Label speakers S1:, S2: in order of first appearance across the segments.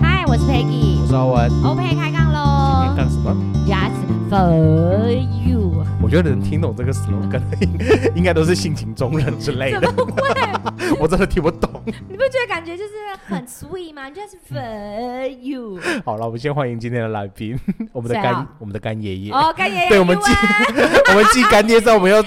S1: 嗨，我是 Peggy，
S2: 我是阿文，
S1: o k 开杠
S2: 今天
S1: 喽
S2: 啊干什么？
S1: ，Just for you，
S2: 我觉得能听懂这个 slogan 的应应该都是性情中人之类
S1: 怎
S2: 的，
S1: 么会？
S2: 我真的听不懂。
S1: 你不觉得感觉就是 很 sweet 吗？Just for you，
S2: 好了，我们先欢迎今天的来宾，我们的
S1: 谁啊
S2: 干我们的干爷爷。
S1: 哦，干爷爷，
S2: 对我们记我们记干爹之后，我们又 又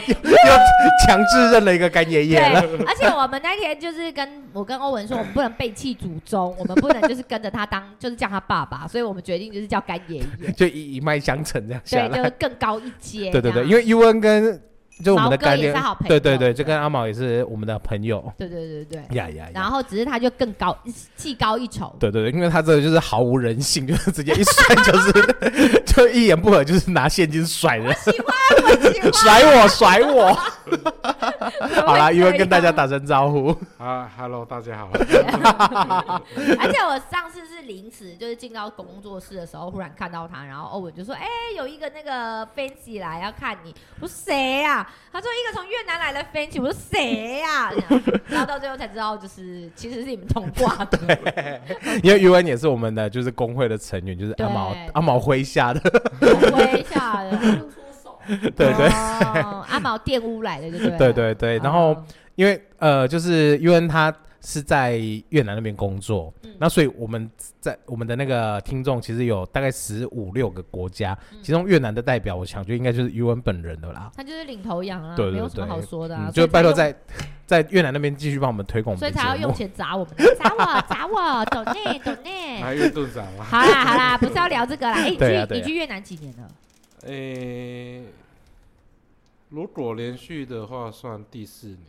S2: 强制认了一个干爷
S1: 对
S2: 爷了。，
S1: 而且我们那天就是跟我跟欧文说，我们不能背弃祖宗，我们不能就是跟着他当，就是叫他爸爸，所以我们决定就是叫干爷 爷，
S2: 就一一脉相承这样下
S1: 对，就
S2: 来
S1: 是。更高一阶。
S2: 对对
S1: 这
S2: 对，
S1: 样
S2: 因为 U N 跟就我们的
S1: 毛哥
S2: 干
S1: 也
S2: 爹
S1: 是好，朋友
S2: 对对对，就跟阿毛也是我们的朋友。
S1: 对对对对，
S2: 呀呀
S1: 然
S2: 呀！
S1: 后只是他就更高，技高一筹。
S2: 对对对，因为他这个就是毫无人性，就是直接一甩就是 就一言不合就是拿现金甩人，
S1: 喜欢， 我喜欢。
S2: 甩 我甩我。
S1: 怎么会
S2: 啊 好啦，
S1: 这
S2: 因为跟大家
S1: 样
S2: 打声 招呼。
S3: 啊，Hello，大家好。
S1: 而且我上次是临时，就是进到工作室的时候，忽然看到他，然后欧文就说：“哎、有一个那个 Fancy 来要看你。”我说：“谁呀、啊？”他说：“一个从越南来的 Fancy。”我说：“谁呀、这样 然后到最后才知道，就是其实是你们同挂 的。
S2: 因为 U N 也是我们的就是工会的成员，就是阿毛
S1: 对
S2: 阿毛麾下的，
S1: 我一下的，
S2: 对对
S1: 哦阿毛玷污来的，对不对？
S2: 对对对。
S1: 哦
S2: 然后因为呃，就是 U N 他是在越南那边工作
S1: 嗯，
S2: 那所以我们在我们的那个听众其实有大概十五六个国家，
S1: 嗯
S2: 其中越南的代表，我想就应该就是 U N 本人的啦。
S1: 他就是领头羊啊，
S2: 对对
S1: 没有什么
S2: 对
S1: 好说的啊。
S2: 嗯，
S1: 所以
S2: 就拜托
S1: 才用
S2: 在在越南那边继续帮我们推广我
S1: 所以
S2: 们的
S1: 才要
S2: 节
S1: 用
S2: 目。
S1: 钱砸我们，砸我，砸我，抖内，抖内。
S3: 还有队长啊，
S1: 好啦好啦，不是要聊这 个啦。哎、你去、
S2: 对啊对啊
S1: 你去越南几年了？
S3: 诶、如果连续的话，算第四年。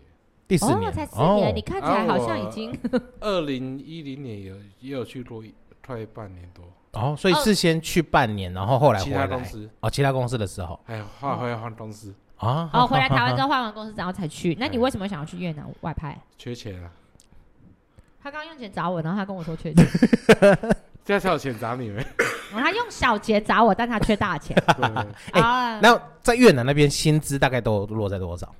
S2: 第四年
S1: 哦，才四年，
S2: 哦
S1: 你看起来
S3: 啊
S1: 好像
S3: 我
S1: 已 经、
S3: 二零一零年有也有去过一快半年多，
S2: 哦，所以是先去半年，然后后来
S3: 其
S2: 回
S3: 他公
S2: 来
S3: 司，
S2: 哦，其他公司的时候
S3: 还有换回来换公司，
S2: 啊，
S1: 哦，回来台湾之
S2: 后
S1: 后换完公司，然后才去。那你为什么想要去越南外派？
S3: 缺钱啊，
S1: 他刚用钱砸我，然后他跟我说缺 钱，
S3: 这样才有钱砸你们。
S1: 然后他用小节砸我，但他缺大钱
S3: 对
S2: 哎
S1: 啊。
S2: 那在越南那边薪资大概都落在多少？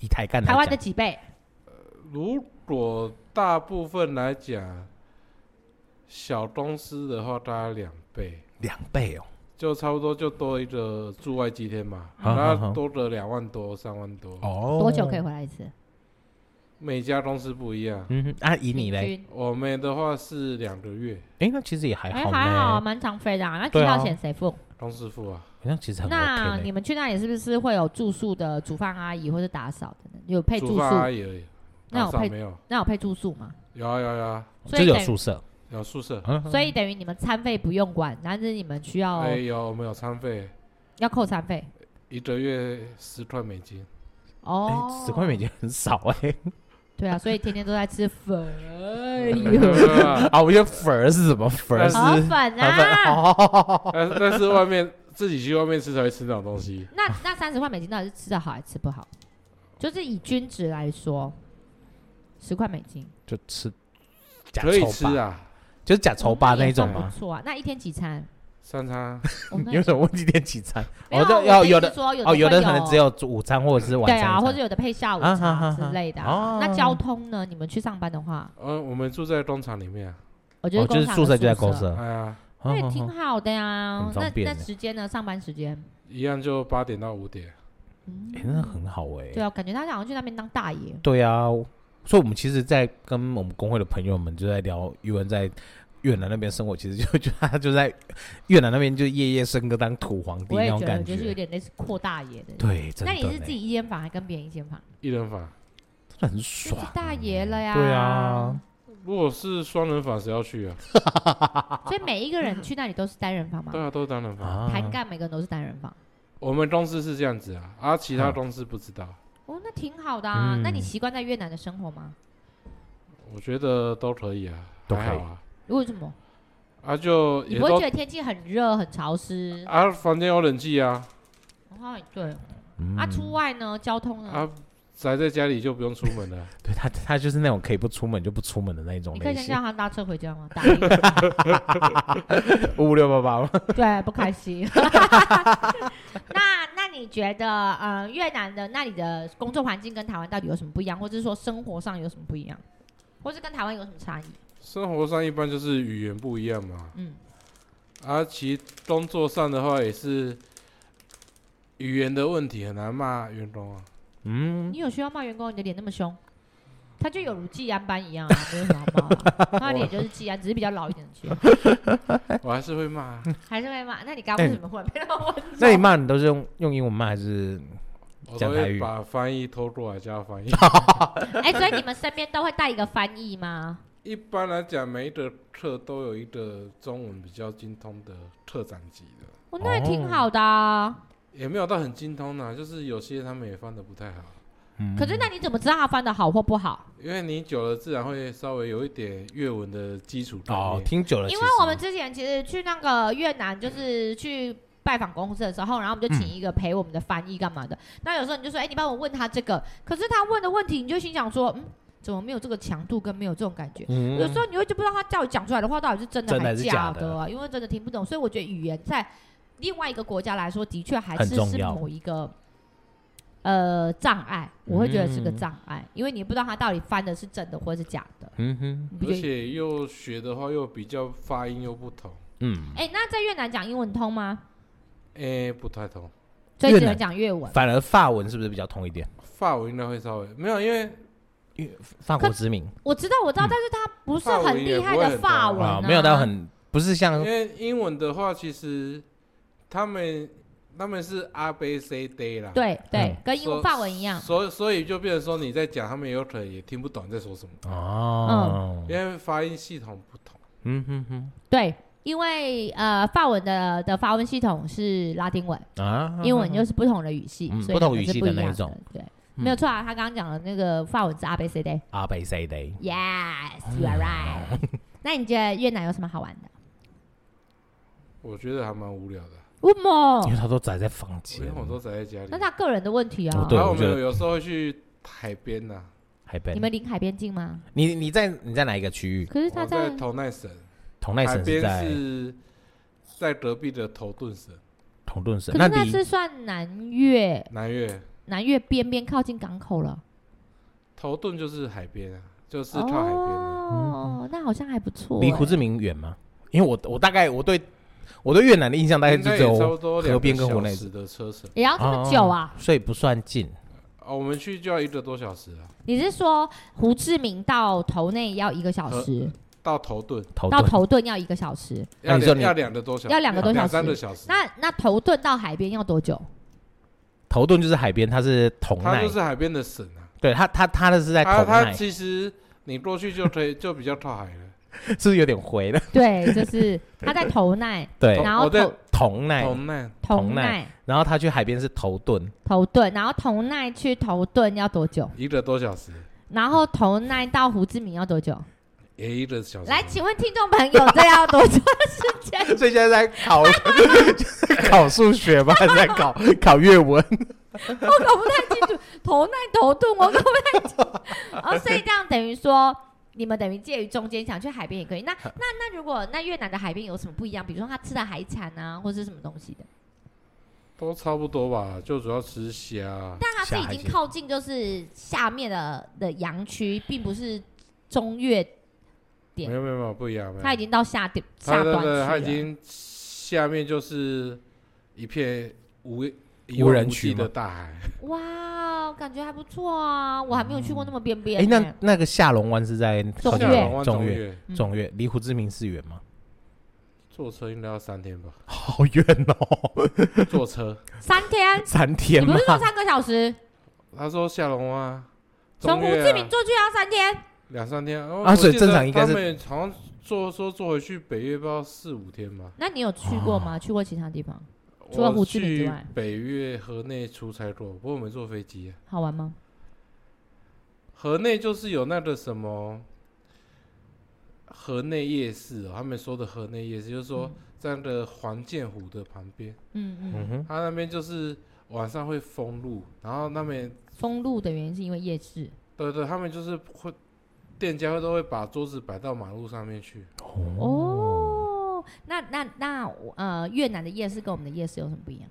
S2: 以台干来
S1: 台湾的
S2: 讲
S1: 几倍？
S3: 如果大部分来讲，小公司的话大概两倍，
S2: 两倍哦，
S3: 就差不多就多一个驻外几天嘛，
S2: 好好
S3: 那
S2: 好
S3: 多个两万多、三万多。
S2: 哦，
S1: 多久可以？回来一次？
S3: 每家公司不一样，
S2: 嗯哼，啊，以你嘞，
S1: 平均？
S3: 我们的话是两个月，
S2: 哎，那其实也还
S1: 哎、
S2: 好
S1: 还好啊，
S2: 呢，
S1: 蛮常飞的、啊。那机
S2: 对啊
S1: 票钱谁付？
S3: 龚师傅啊，
S2: 那其实很
S1: 那
S2: OK
S1: 你
S2: 呢。
S1: 们去那里是不是会有住宿的煮饭阿姨或是打扫的呢？有配
S3: 煮
S1: 住
S3: 饭阿
S1: 宿？
S3: 姨而已，
S1: 那
S3: 打
S1: 我
S3: 扫
S1: 配
S3: 没有？
S1: 那有配住宿吗？
S3: 有啊有啊有啊，
S1: 所
S2: 这
S1: 以
S2: 有
S1: 等于
S2: 宿舍，
S3: 有宿舍，
S2: 嗯
S1: 所以等于你们餐费不用管，但是你们需要、
S3: 哎有我们有餐费，
S1: 要扣餐费
S2: 哎
S3: 一个月十块美金，
S1: 哦，
S2: 十块美。金很少哎。
S1: 对啊，所以天天都在吃粉，哎
S3: 没有
S1: 呦，
S3: 没有啊
S2: 啊，我觉得粉儿是什么？粉儿是
S1: 好
S2: 好
S1: 粉
S2: 粉
S1: 哦啊！
S2: 哦，
S3: 但是但是外面自己去外面吃才会吃那种东西，
S1: 那那三十块美金到底是吃的好还是吃不好？就是以均值来说，十块美金
S2: 就吃假
S3: 可以
S2: 丑
S3: 吃
S2: 吧，
S3: 啊，
S2: 就是假丑吧那一种
S1: 也算
S2: 吗？
S1: 不错啊。那一天几 餐？
S3: 三餐
S1: 我们
S2: 你为什么问几点起餐？
S1: 嗯没有
S2: 哦对
S1: 啊我
S2: 要
S1: 的意
S2: 有
S1: 思
S2: 的
S1: 说有
S2: 哦，有
S1: 的
S2: 的
S1: 会
S2: 可能只有午餐或者是晚
S1: 对
S2: 餐一
S1: 啊，
S2: 餐，
S1: 或者有的配下午
S2: 啊哈哈
S1: 茶
S2: 哈
S1: 之类的
S2: 哦
S1: 啊。那交通呢？你们去上班的话，
S3: 呃我们住在工厂里面啊，
S1: 我觉得
S2: 哦就
S1: 工
S2: 是
S1: 厂
S2: 宿舍
S1: 的
S2: 就在公司，
S3: 哎呀
S1: 那 也
S2: 哦
S1: 挺
S2: 哦
S1: 好的呀
S2: 很。
S1: 那
S2: 方便欸
S1: 那
S2: 的
S1: 时间呢？上班时间，
S3: 一样就八点到五点，
S1: 嗯
S2: 哦哎，那很好哎。
S1: 对啊，感觉他想要去那边当大爷。
S2: 对啊，所以我们其实，在跟我们工会的朋友们就在聊语文在越南那边生活，其实就就他就在越南那边就夜夜笙歌当土皇帝
S1: 我
S2: 那
S1: 也
S2: 种
S1: 觉得
S2: 感
S1: 就是有点类似扩大爷的。
S2: 对，真
S1: 那
S2: 的欸
S1: 你是
S2: 呢
S1: 自己一间房还跟别人一间房？
S3: 一人房。
S2: 真的很
S1: 就是
S2: 爽，
S1: 大爷了呀。
S2: 对啊，
S3: 如果是双人房，谁要去啊？
S1: 所以每一个人去那里都是单人房 嘛
S3: 对，啊，都是单人房。
S2: 啊
S1: 盘干每个人都是单人房。
S3: 我们公司是这样子啊，啊，其他公司不知道。
S1: 哦，那挺好的啊。
S2: 嗯
S1: 那你习惯在越南的生活吗？
S3: 我觉得都可以啊，
S2: 都
S3: 还
S2: 可以
S3: 好啊，
S1: 为什么？
S3: 啊
S2: 呃
S3: 就
S1: 你
S3: 也
S1: 不会
S3: 都
S1: 觉得天气很热、很潮湿？
S3: 啊，房间有冷气啊，
S1: 哦，对。
S2: 嗯
S1: 啊，出外呢，交通呢？
S3: 啊宅在家里就不用出门
S1: 嗯
S3: 了，
S2: 对他他就是那种可以不出门就不出门的那种
S1: 你可以
S2: 类
S1: 先
S2: 型
S1: 叫，他搭车回家吗？打一
S2: 五五六八八吗？
S1: 对，不开心。那那你觉得，呃，越南的那里的工作环境跟台湾到底有什么不一样，或者是说生活上有什么不一样，或是跟台湾有什么差异？
S3: 生活上一般就是语言不一样嘛，
S1: 嗯，
S3: 啊，其实工作上的话也是语言的问题，很难骂员工啊。
S2: 嗯
S1: 你，有需要骂员工，你的脸那么凶，他就有如季安班一样啊，没有什么好骂的、他的脸就是季安，只是比较老一点的季 安，
S2: 哎
S3: 我还是会骂啊，
S2: 嗯
S1: 还是会骂。那你刚刚为什么忽然变到我？
S2: 那你骂你都是用用英文骂还是？
S3: 我
S2: 讲
S3: 都
S2: 台
S3: 会
S2: 语
S3: 把翻译偷过来加翻译。
S1: 哎、所以你们身边都会带一个翻译吗？
S3: 一般来讲，每一个课都有一个中文比较精通的特长级的，
S1: 我、那也挺
S2: 哦
S1: 好的、啊，
S3: 也没有到很精通啦，就是有些他们也翻的不太好，
S2: 嗯
S1: 可是那你怎么知道他翻的好或不好？
S3: 因为你久了自然会稍微有一点粤文的基础概
S2: 哦，
S3: 念。
S2: 听久了其
S1: 因
S2: 实，
S1: 为我们之前其实去那个越南，就是去拜访公司的时候，然后我们就
S2: 嗯
S1: 请一个陪我们的翻译干嘛的。那有时候你就说，哎、你帮我问他这个，可是他问的问题，你就心想说，嗯，怎么没有这个强度跟没有这种感觉？
S2: 嗯
S1: 有时候你会就不知道他叫讲出来的话到底是真的
S2: 真的
S1: 还
S2: 还是
S1: 假
S2: 假
S1: 的啊，因为真的听不懂。所以我觉得语言在另外一个国家来说，的确还
S2: 很
S1: 是
S2: 重
S1: 是
S2: 要
S1: 某一个呃障碍，我会觉得是个
S2: 嗯
S1: 障碍，因为你不知道他到底翻的是真的或是假的。
S2: 嗯哼，
S1: 你不
S3: 而
S1: 觉得？
S3: 且又学的话，又比较发音又不同，
S2: 嗯，
S1: 哎、那在越南讲英文通吗？
S3: 诶、不太同。
S1: 所以
S2: 越
S1: 只能
S2: 南
S1: 讲越文。
S2: 反而法文是不是比较通一点？
S3: 法文应该会稍微没有，因为
S2: 法国殖民
S1: 我知道，我知道，
S2: 嗯
S1: 但是他不是很厉害的法
S3: 法
S1: 文、
S3: 文
S1: 啊
S2: 啊，没有到。很不是像
S3: 因为英文的话，其实他们他们是 A B C D 啦，，
S1: 对啊对
S2: 嗯，
S1: 跟英文
S3: 说
S1: 法文一样。
S3: 所以所以就变成说你在讲，他们有可能也听不懂你在说什么，
S2: 哦，
S1: 嗯
S3: 因为发音系统不同。
S2: 嗯哼哼
S1: 对，因为呃，法文的的发音系统是拉丁文。
S2: 啊，
S1: 英文就是不同的语系，
S2: 嗯
S1: 所以
S2: 不同
S1: 两个
S2: 语
S1: 是
S2: 系
S1: 不
S2: 的
S1: 一
S2: 那
S1: 样
S2: 一种。
S1: 对，
S2: 嗯
S1: 没有错啊。他刚刚讲的那个法文是 A B C D。
S2: 阿贝塞的
S1: Yes，you are right。那
S2: 嗯
S1: 你觉得越南有什么好玩的？
S3: 我觉得还蛮无聊的，
S1: 乌某
S2: 因为，他都宅在房
S3: 因
S2: 间
S3: 为，我都宅在家里。
S1: 啊那是他个人的问题啊
S2: 哦。对
S3: 然后我
S2: 我觉
S3: 们
S2: 得
S3: 有时候会去海边呐、
S2: 海贝
S1: 你，们离海边近吗？
S2: 你你在你在哪一个区域？
S1: 可是他
S3: 我
S1: 在
S3: 在头奈省，
S2: 同奈
S3: 海
S2: 省
S3: 边
S2: 在
S3: 是在隔壁的头顿省
S2: 同顿省，
S1: 可是那
S2: 离
S1: 是算南越，
S3: 南越，
S1: 南越边边靠近港口了。
S3: 头顿就是海边啊，就是靠海边、啊。
S1: 哦，那好像还不错欸。
S2: 嗯离胡志明远吗？因为我我大概我对我对越南的印象大概
S3: 应
S2: 就
S3: 该
S2: 只
S3: 也差不
S2: 有，
S3: 多
S2: 河边跟
S3: 两
S2: 湖
S3: 个
S2: 内
S3: 小时的车程
S1: 也要这么久啊？
S2: 所以不算近。
S3: 啊，我们去就要一个多小时啊，
S1: 你是说胡志明到头内要一个小
S3: 呃
S1: 时，
S3: 到头顿
S2: 头
S1: 到
S2: 顿
S1: 头顿要一个小时？
S2: 那
S3: 要
S2: 你说
S3: 两
S2: 你
S3: 要两个多小时，
S1: 要两个多小
S3: 两
S1: 时
S3: 三个小时。
S1: 那那头顿到海边要多久？
S2: 头顿就是海边，它是同
S3: 它
S2: 奈
S3: 就，是海边的省啊，
S2: 对它它它的是在
S3: 它
S2: 同
S3: 它
S2: 奈，
S3: 其实你过去就可以就比较靠海了。
S2: 是不是有点回了？
S1: 对，就是他在头奈，
S2: 对，
S1: 然后
S3: 我在
S1: 头
S2: 同奈，
S3: 同奈
S1: 头
S2: 同
S1: 奈
S2: 奈然后他去海边是头顿，
S1: 头顿，然后头奈去头顿要多久？
S3: 一个多小时，
S1: 然后头奈到胡志明要多 久？
S3: 也一个小时。
S1: 来，请问听众朋友，这要多久的时间？
S2: 所以现在在 考考数学吧，还是在考考阅文？
S1: 我搞不太清楚，头奈头顿，我搞不太清楚。哦，所以这样等于说。你们等于介于中间，想去海边也可以。那那那如果那越南的海边有什么不一样？比如说他吃的海产啊，或是什么东西的？
S3: 都差不多吧，就主要吃虾。
S1: 但它是
S2: 下海
S1: 已经
S2: 鲜
S1: 靠近就是下面的的洋区，并不是中越点
S3: 没有没有没有不一样，没有
S1: 它已经到下点下
S3: 它对
S1: 端去
S3: 对，
S1: 了。
S3: 它已经下面就是一片无一
S2: 无
S3: 望
S2: 人
S3: 无
S2: 区
S3: 际的
S2: 吗
S3: 大海。
S1: 哇，感觉还不错啊！我还没有去过那么边边
S2: 哎，
S1: 呢、
S2: 那那个下龙湾是在
S1: 中
S3: 下
S1: 越
S3: 龙湾
S2: 中
S3: 中
S2: 越
S3: 越
S1: 嗯
S2: 中越，离胡志明市远吗？
S3: 坐车应该要三天吧？
S2: 好远 哦，
S3: 坐车，
S1: 三天，
S2: 三
S1: 你
S2: 天
S1: 不
S2: 吗
S1: 是？说三个小时？
S3: 他说下龙湾啊，
S1: 从
S3: 中
S1: 胡
S3: 越
S1: 志明
S3: 啊
S1: 坐去要三天，
S3: 两三天哦
S2: 啊
S3: 我
S2: 所以
S3: 记
S2: 正
S3: 得
S2: 常应该是
S3: 他们好像坐说坐回去北越，不知道四五天吧。
S1: 那你有去过吗？去过其他地方，除了胡
S3: 我
S1: 志明之
S3: 去
S1: 外
S3: 北越河内出差过，不过我没坐飞机、啊。
S1: 好玩吗？
S3: 河内就是有那个什么河内夜市、哦，他们说的河内夜市，就是说在那个黄建湖的旁边，
S1: 嗯嗯，
S2: 嗯哼，
S3: 它那边就是晚上会封路，然后那边
S1: 封路的原因是因为夜市，
S3: 对对，他们就是会店家都会把桌子摆到马路上面去，
S1: 哦，那那那我呃，越南的夜市跟我们的夜市有什么不一样？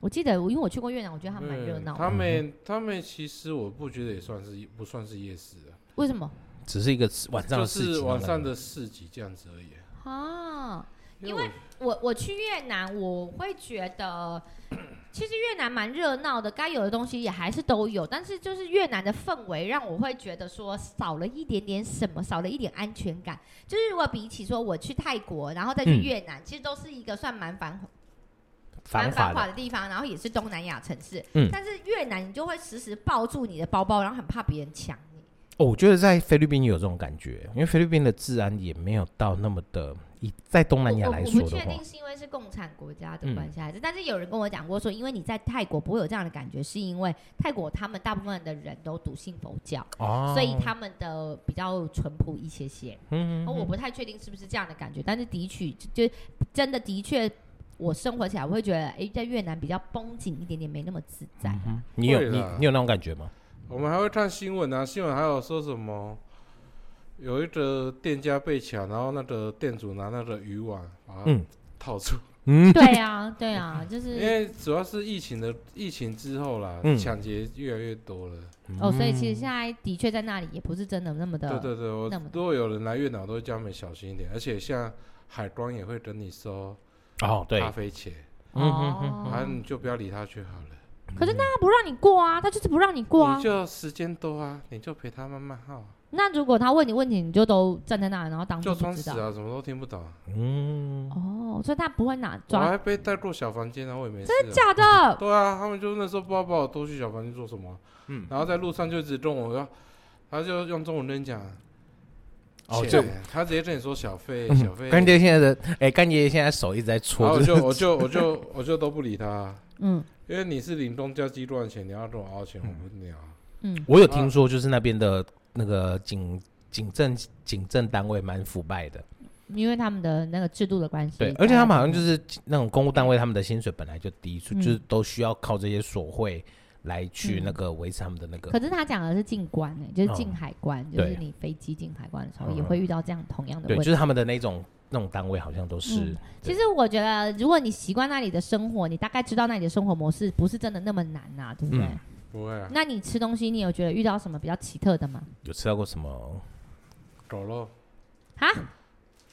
S1: 我记得我因为我去过越南，我觉得它蛮热闹的。
S3: 嗯他们他们其实我不觉得也算是不算是夜市啊，
S1: 为什么
S2: 只是一个晚上
S3: 就
S2: 的事情，啊
S3: 是晚上的市集这样子而已啊。
S1: 啊？因
S3: 为
S1: 为
S3: 我
S1: 我我去越南，我会觉得 其实越南蛮热闹的，该有的东西也还是都有，但是就是越南的氛围让我会觉得说少了一点点什么，少了一点安全感。就是如果比起说我去泰国，然后再去
S2: 嗯
S1: 越南，其实都是一个算蛮繁
S2: 繁
S1: 繁
S2: 华
S1: 华
S2: 的，
S1: 的地方，然后也是东南亚城市。
S2: 嗯
S1: 但是越南你就会时时抱住你的包包，然后很怕别人抢你。
S2: 哦，我觉得在菲律宾也有这种感觉，因为菲律宾的治安也没有到那么的，以在东南亚
S1: 我我
S2: 来
S1: 我
S2: 说
S1: 不
S2: 的
S1: 确
S2: 话
S1: 定，是因为是共产国家的关系还是，但是有人跟我讲过说，因为你在泰国不会有这样的感觉，是因为泰国他们大部分的人都笃信佛教，
S2: 哦，
S1: 所以他们的比较淳朴一些些。
S2: 嗯，嗯，
S1: 我不太确定是不是这样的感觉，但是的确就就真的的确。我生活起来，我会觉得，哎，在越南比较绷紧一点点，没那么自在。
S2: 嗯你有
S3: 会
S2: 你
S3: 啦
S2: 你有那种感觉吗？
S3: 我们还会看新闻啊，新闻还有说什么，有一个店家被抢，然后那个店主拿那个渔网把它
S2: 嗯
S3: 套住，
S2: 嗯，
S1: 对啊，对啊，就是
S3: 因为主要是疫情的疫情之后啦，
S2: 嗯
S3: 抢劫越来越多了。
S1: 哦，所以其实现在的确在那里也不是真的那么的，
S3: 嗯对对对，我
S1: 那么
S3: 如果有人来越南，我都会叫他们小心一点，而且像海关也会跟你收
S2: 哦，对，
S3: 咖啡钱，
S2: 嗯哼哼，
S1: 哦
S3: 反正你就不要理他就好了。
S1: 可是那他不让你过啊，他就是不让你过啊
S3: 你。就时间多啊，你就陪他慢慢耗啊，
S1: 那如果他问你问题，你就都站在那，然后当
S3: 就
S1: 作哦不
S3: 装
S1: 知
S3: 死
S1: 道。
S3: 啊，什么都听不懂啊。
S2: 嗯，
S1: 哦，所以他不会拿
S3: 我
S1: 抓，
S3: 还被带过小房间啊，我也没事、啊。
S1: 假的。
S3: 对啊，他们就那时候不知道把我拖去小房间做什么，
S2: 嗯
S3: 然后在路上就一直跟我，他就用中文跟你讲，
S2: 哦
S3: 钱
S2: 就
S3: 他直接跟你说小费，
S2: 嗯
S3: 小费，
S2: 干爹现在的，哎，干爹现在手一直在
S3: 然后
S2: 搓，就
S3: 我
S2: 是
S3: 就 我就我就我就都不理他，
S1: 嗯
S3: 因为你是领东家鸡赚钱，你要跟我凹钱，我不鸟。啊
S1: 嗯，
S2: 我有听说，就是那边的那个警警政警政单位蛮腐败的，
S1: 因为他们的那个制度的关系。
S2: 对，而且他们好像就是是那种公务单位，他们的薪水本来就低，所
S1: 嗯
S2: 以就是都需要靠这些索贿来去
S1: 嗯
S2: 那个维持他们的那个
S1: 可是他讲的是进关诶、就是进
S2: 哦
S1: 海关，就
S2: 对
S1: 是你飞机进海关的时候
S2: 嗯
S1: 也会遇到这样同样的
S2: 对，
S1: 问题。
S2: 就是他们的那种那种单位好像都是
S1: 嗯其实我觉得，如果你习惯那里的生活，你大概知道那里的生活模式，不是真的那么难呐、对不对？
S2: 嗯
S3: 不会啊，
S1: 那你吃东西，你有觉得遇到什么比较奇特的吗？
S2: 有吃到过什么
S3: 狗肉，
S1: 哈，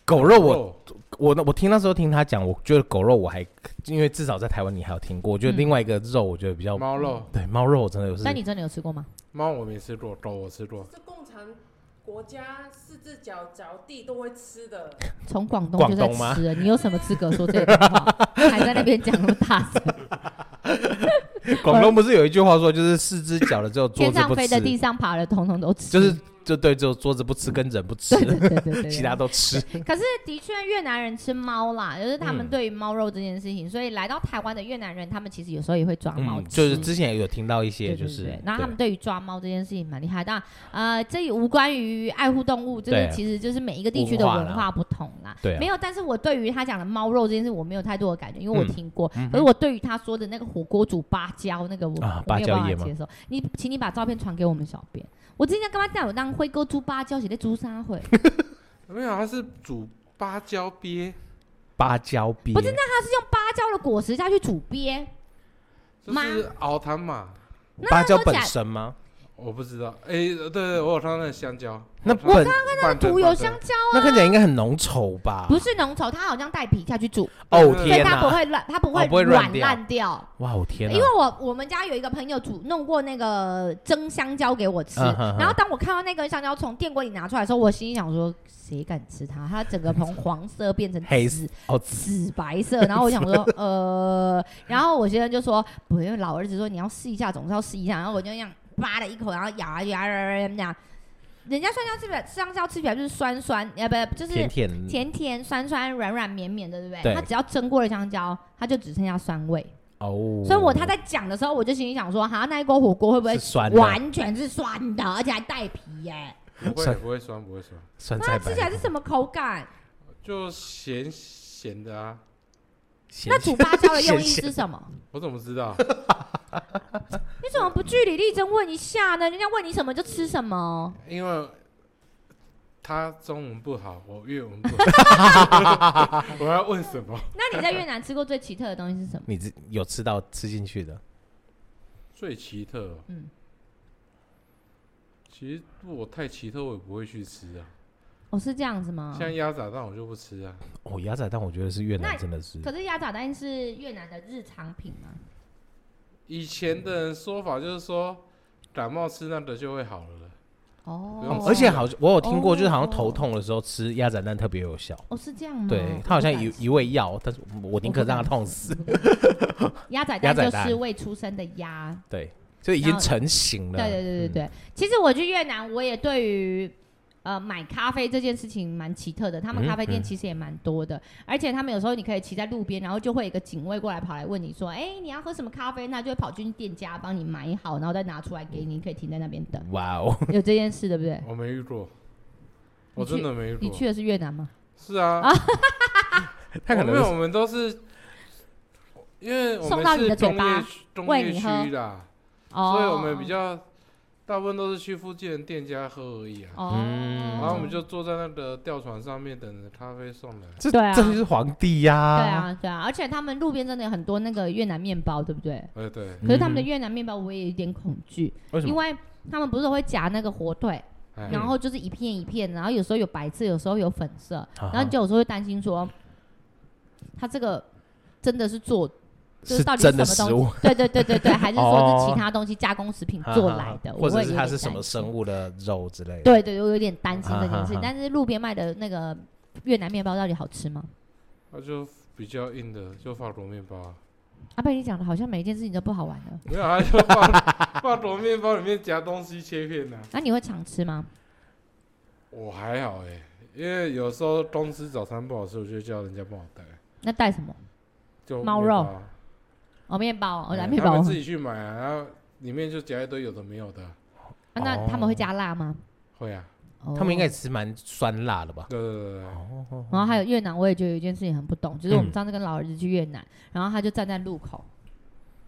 S2: 狗肉我。
S3: 肉
S2: 我我听那时候听他讲，我觉得狗肉我还，因为至少在台湾你还有听过，我觉得
S1: 嗯
S2: 另外一个肉我觉得比较、
S3: 猫肉，
S2: 对猫肉我真的有是
S1: 那你真的有吃过吗？
S3: 猫我没吃过，狗我吃过。
S4: 是共产国家四只脚着地都会 吃的，
S1: 从广东
S2: 广
S1: 就在
S2: 东吗
S1: 吃了，你有什么资格说这种话？ 还在那边讲那么大 声，
S2: 广东不是有一句话说，就是四只脚的只有桌
S1: 天
S2: 子
S1: 上
S2: 不
S1: 飞的、地
S2: 吃，
S1: 上爬的，统统都吃。
S2: 就是就对，只有桌子不吃跟人不吃
S1: 嗯对，对对对对对。
S2: 其他都吃。
S1: 可是的确，越南人吃猫啦，就是他们
S2: 嗯
S1: 对于猫肉这件事情，所以来到台湾的越南人，他们其实有时候也会抓猫
S2: 嗯，
S1: 吃。
S2: 就是之前有听到一些
S1: 对
S2: 就
S1: 对
S2: 是，
S1: 对，然后他们
S2: 对
S1: 对于抓猫这件事情蛮厉害，当然，呃，这也无关于爱护动物，就是
S2: 对啊
S1: 其实就是每一个地区的
S2: 文化啦
S1: 文化不同啦。
S2: 对啊
S1: 没有，但是我对于他讲的猫肉这件事，我没有太多的感觉，因为我
S2: 嗯
S1: 听过。
S2: 嗯哼
S1: 可是我对于他说的那个火锅煮芭蕉那个我，
S2: 啊
S1: 我没有办
S2: 芭蕉
S1: 法
S2: 叶吗
S1: 接受。你，请你把照片传给我们小编。我之前干嘛带我当灰哥猪芭蕉，写在猪沙会，它
S3: 没有，它是煮芭蕉鳖，
S2: 芭蕉鳖，
S1: 不是是用芭蕉的果实下去煮鳖，
S3: 就
S1: 妈
S3: 是熬汤嘛。
S2: 芭蕉
S1: 那
S2: 本
S1: 它
S2: 身吗？
S3: 我不知道，哎、对对，我有看到那个香蕉，
S2: 那
S3: 我
S2: 本
S3: 那
S1: 涂有香蕉，
S2: 那看起来应该很浓稠
S1: 啊
S2: 吧？
S1: 不是浓稠，它好像带皮下去煮，
S2: 哦
S1: 所以
S2: 天
S1: 它不
S2: 哪！
S1: 会软，它不
S2: 哦不会
S1: 会
S2: 软
S1: 软
S2: 掉
S1: 烂掉。
S2: 哇哦天哪！
S1: 因为我我们家有一个朋友煮弄过那个蒸香蕉给我吃，
S2: 嗯哼哼
S1: 然后当我看到那根香蕉从电锅里拿出来的时候，我心里想说，谁敢吃它？它整个从 黄色变成
S2: 黑
S1: 紫
S2: 哦
S1: 紫白色，然后我想说， 呃，然后我先生就说，不用，老儿子说你要试一下，总是要试一下，然后我就那样扒了一口，然后咬啊咬啊咬啊咬啊咬啊，人家香蕉吃起来，香蕉吃起来就是酸酸，呃，不就是
S2: 甜甜
S1: 甜甜酸酸软软绵绵的，对不对？
S2: 对
S1: 它只要蒸过了香蕉，它就只剩下酸味。
S2: 哦，
S1: 所以我他在讲的时候，我就心里想说，哈，那一锅火锅会不会
S2: 是酸的
S1: 完全是酸的，而且还带皮耶、
S3: 不会
S2: 算
S3: 不会酸不会酸，
S2: 酸
S1: 那
S2: 菜
S1: 它
S2: 白
S1: 吃起来是什么口感？
S3: 就咸咸的啊，
S2: 咸
S1: 那煮芭蕉的用意
S2: 咸咸
S1: 是什么？
S3: 我怎么知道？
S1: 你怎么 不据理力争问一下呢？人家问你什么就吃什么。
S3: 因为他中文不好，我越文不好，我要问什么？
S1: 那你在越南吃过最奇特的东西是什么？
S2: 你这有吃到吃进去的？
S3: 最奇特哦，
S1: 嗯
S3: 其实如果太奇特，我也不会去吃啊。
S1: 哦，是这样子吗？
S3: 像鸭杂蛋，我就不吃啊。
S2: 哦，鸭仔蛋我觉得是越
S1: 那
S2: 南真的是
S1: 可是鸭仔蛋是越南的日常品吗？
S3: 以前的人说法就是说，感冒吃那个就会好了。不用
S1: 哦
S3: 吃，
S2: 而且好，我有听过，
S1: 哦
S2: 就是好像头痛的时候吃鸭仔蛋特别有效。
S1: 哦是这样吗？
S2: 对，它好像
S1: 我不敢
S2: 一
S1: 吃
S2: 一味药，但是我我宁可
S1: 我不敢
S2: 让它痛死。
S1: 鸭仔
S2: 鸭
S1: 蛋
S2: 仔
S1: 就是
S2: 蛋
S1: 未出生的鸭，
S2: 对，就已
S1: 然
S2: 经
S1: 后
S2: 成型了。
S1: 对对
S2: 嗯
S1: 对对对，其实我去越南，我也对于呃买咖啡这件事情蛮奇特的。他们
S2: 嗯
S1: 咖啡店
S2: 嗯
S1: 其实也蛮多的，而且他们有时候你可以骑在路边，然后就会有一个警卫过来跑来问你说：“哎、你要喝什么咖啡？”那就会跑进店家帮你买好，然后再拿出来给你，你可以停在那边 等。
S2: 嗯。哇 哦，
S1: 有这件事对不对？
S3: 我没遇过，
S1: 你
S3: 我
S1: 去
S3: 真的没遇
S1: 你
S3: 过。
S1: 去的是越南吗？
S3: 是啊，
S2: 他可
S3: 我没有
S2: 能
S3: 我们都是，因为我
S1: 送到
S3: 们
S1: 你的
S3: 是
S1: 嘴
S3: 中
S1: 巴
S3: 业区中
S1: 喂
S3: 业
S1: 你
S3: 区
S1: 喝
S3: 啦，
S1: 哦，
S3: 所以我们比较大部分都是去附近的店家喝而已啊。
S1: 哦，
S2: 嗯
S3: 然后我们就坐在那个吊船上面等着咖啡送来。
S2: 这
S1: 对啊
S2: 这就是皇帝呀。
S1: 对，啊对啊，而且他们路边真的有很多那个越南面包，对不对？
S3: 哎，对，
S1: 可是他们的
S2: 嗯
S1: 越南面包我也有点恐惧，
S2: 为什
S1: 因
S2: 么？
S1: 为他们不是都会夹那个火腿。
S3: 哎，
S1: 然后就是一片一片，然后有时候有白色，有时候有粉色，
S2: 啊
S1: 然后你就有时候会担心说，它这个真的是做，就是到底
S2: 真的
S1: 什么
S2: 食
S1: 东
S2: 物
S1: 西，？ 对对对对 对，还是说是
S2: 哦
S1: 其他东西加工食品做来的，
S2: 或
S1: 我
S2: 者
S1: 会
S2: 是
S1: 有
S2: 它
S1: 点
S2: 是什么
S1: 担
S2: 生
S1: 心？
S2: 物的肉之类的。
S1: 对对，我有点担心这件事
S2: 啊啊啊。
S1: 但是路边卖的那个越南面包到底好吃吗？
S3: 那就比较硬的，就法国面包啊。
S1: 阿贝，你讲的好像每一件事情都不好玩了。
S3: 没有啊，就法法国面包里面夹东西切片呐、啊。
S1: 那你会常吃吗？
S3: 我还好哎、因为有时候公司早餐不好吃，我就叫人家帮我带，
S1: 那带什么？
S3: 就
S1: 猫
S3: 面包啊
S1: 肉哦，面包，哦，
S2: 哎
S1: 来
S3: 嗯
S1: 面
S3: 他
S1: 包
S3: 们
S1: 哦。
S3: 自己去买啊，然后里面就夹一堆有的没有的啊，
S1: 啊那他们会加辣吗？
S3: 会啊，
S1: 哦
S2: 他们应该也吃蛮酸辣的吧？
S3: 对对对对对，
S2: 哦，
S1: 然后还有越南，我也觉得有一件事情很不懂，就是我们
S2: 嗯
S1: 上次跟老儿子去越南，然后他就站在路口，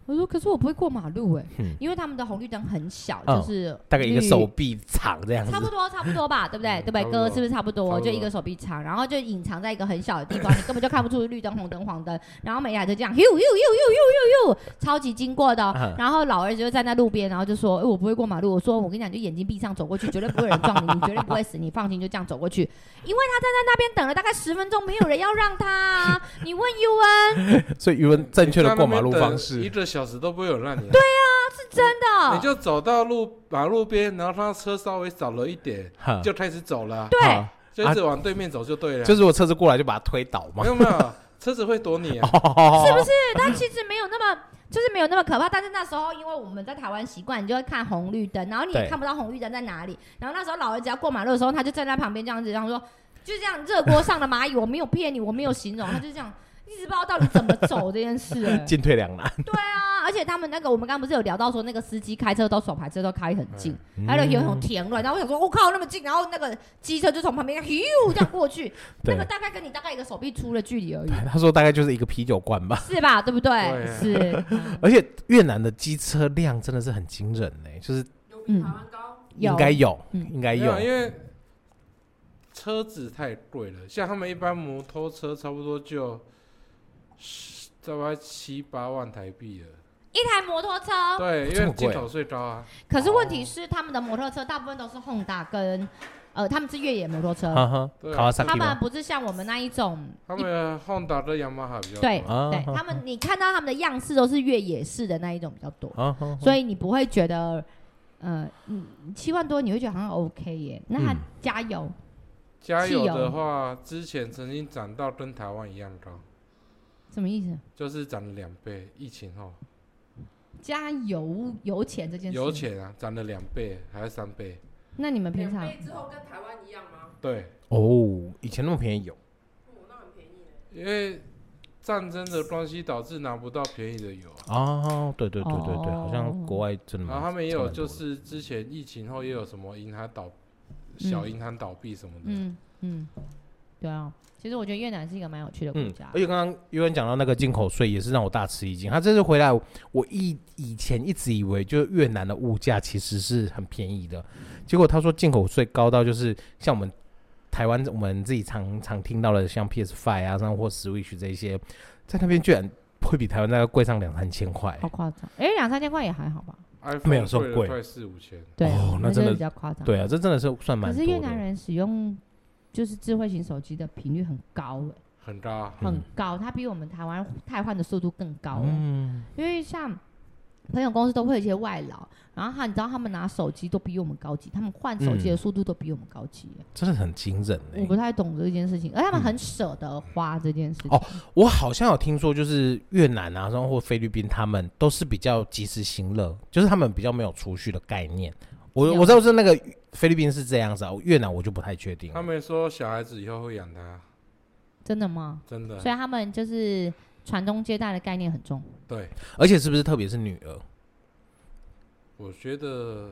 S1: 我说可是我不会过马路哎、
S2: 嗯
S1: 因为他们的红绿灯很小，
S2: 嗯
S1: 就是
S2: 大概一个
S1: 绿
S2: 手臂长这样 子
S1: 差。不多差不多吧，对不对？
S3: 嗯
S1: 对不对？
S3: 差不
S1: 哥
S3: 多
S1: 是不是差不
S3: 差
S1: 多？
S3: 不
S1: 就
S3: 多
S1: 一个手臂长，然后就隐藏在一个很小的地方，你根本就看不出绿灯红灯黄灯，然后美雅就这样呦呦呦呦呦呦呦，超级经过的哦、
S2: 嗯
S1: 然后老儿子就站在路边，然后就说：“哎、我不会过马路。”我说：“我跟你讲，你就眼睛闭上走过去，绝对不会有人撞你，你绝对不会死，你放心，就这样走过去。” 因为他站在那边等了大概十分钟，没有人要让他啊、你问 U 啊，
S2: 所以语文正确的过马路方
S3: 一
S2: 式，
S3: 个小时都不会有人让你、对啊，
S1: 真
S3: 你
S1: 的，
S3: 就走到路马路边，然后让车稍微少了一点，
S2: 哈
S3: 就开始走了啊，
S1: 对。
S2: 哈
S3: 就一直往对面走就对了，
S2: 就是我车子过来就把它推倒嘛哦
S3: 没，有没有，车子会躲你啊，
S2: 是
S1: 是不是？它其实没有那么，就是没有那么可怕。但是那时候，因为我们在台湾习惯，你就会看红绿灯，然后你也
S2: 对
S1: 看不到红绿灯在哪里。然后那时候老儿子要过马路的时候，他就站在旁边这样子，这样说，就这样热锅上的蚂蚁，我没有骗你，我没有形容，他就这样。一直不知道到底怎么走这件 事、哎
S2: 进退两难。
S1: 对啊，而且他们那个，我们刚刚不是有聊到说，那个司机开车都手排车都开很近，
S2: 嗯
S1: 还有有一种田乱，然后我想说，我、哦靠，那么近，然后那个机车就从旁边咻这样过去，那
S2: 嗯对
S1: 个，大概跟你大概一个手臂粗的距离而已，
S2: 他说大概就是一个啤酒罐吧。
S1: 是吧？对不对？
S3: 对
S1: 是。嗯
S2: 而且越南的机车量真的是很惊人呢、就是
S4: 有
S1: 嗯
S4: 比台湾高，
S1: 有
S2: 应该有，
S1: 嗯
S2: 应该
S3: 没
S2: 有
S3: 有，，因为车子太贵了，像他们一般摩托车差不多就十大概七八万台币了。
S1: 一台摩托车。
S3: 对，因
S2: 这么
S3: 为
S2: 贵
S3: 进
S2: 啊
S3: 口税高啊，
S1: 可是问题是，他们的摩托车大部分都是 Honda 跟，呃，他们是越野摩托车，
S2: 哈哈
S3: 对啊
S1: 他
S2: ，Kawasaki
S1: 们
S2: 吗？
S1: 不是像我们那一种
S3: 他
S1: 一。
S3: 们 Honda 跟雅马哈比较
S1: 对
S3: 多
S2: 啊
S1: 对，他们你看到他们的样式都是越野式的那一种比较多，
S2: 啊哈，
S1: 所以你不会觉得，呃，嗯，七万多你会觉得好像 OK 耶。那它
S2: 嗯
S1: 加油，
S3: 加油
S1: 汽油
S3: 的话，之前曾经涨到跟台湾一样高，
S1: 什么意思？
S3: 就是涨了两倍。疫情后，
S1: 加油油钱这件事，
S3: 油。钱啊涨了两倍还是三倍？
S1: 那你们平
S4: 两
S1: 常
S4: 倍之后跟台湾一样吗？
S3: 对，
S2: 哦，以前那么便宜有，
S4: 哦，那很便宜耶。
S3: 因为战争的关系导致拿不到便宜的油啊，
S2: 哦，对对对对对，
S1: 哦
S2: 好像国外真的蛮。
S3: 然后他们也有就
S2: 嗯差蛮多的
S3: 是之前疫情后也有什么银行倒小银行倒闭什么的，
S1: 嗯嗯，对啊，其实我觉得越南是一个蛮有趣的国
S2: 嗯
S1: 家，。
S2: 而且刚刚有人讲到那个进口税，也是让我大吃一惊。他这次回来，我以以前一直以为就是越南的物价其实是很便宜的，结果他说进口税高到就是像我们台湾我们自己常常听到的，像 PS Five 啊，像或 Switch 这些，在那边居然会比台湾大概贵上两三千块、
S1: 好夸张。哎，两三千块也还好吧？
S3: iPhone
S2: 没有说
S3: 贵了
S2: 贵
S3: 快四五千，
S1: 对啊，
S2: 哦那
S1: 就
S2: 真的
S1: 比较夸张。
S2: 对啊，这真的是算蛮
S1: 可
S2: 多
S1: 是
S2: 的。
S1: 越南人使用就是智慧型手机的频率很高哎、
S3: 很高啊。
S2: 嗯
S1: 很高，它比我们台湾汰换的速度更高了。
S2: 嗯，
S1: 因为像朋友公司都会有一些外劳，然后他你知道他们拿手机都比我们高级，他们换手
S2: 嗯
S1: 机的速度都比我们高级耶、
S2: 真的很惊人欸
S1: 我不太懂这件事情，而他们很舍得花这件事情。
S2: 嗯哦我好像有听说，就是越南啊，然后或菲律宾，他们都是比较及时行乐，就是他们比较没有储蓄的概念。我
S3: 啊
S1: 有
S2: 我知道是那个菲律宾是这样子啊，越南我就不太确定了。
S3: 他们说小孩子以后会养它，
S1: 真的吗？
S3: 真的啊
S1: 所以他们就是传宗接代的概念很重。
S3: 对。
S2: 而且是不是特别是女儿
S3: 我觉得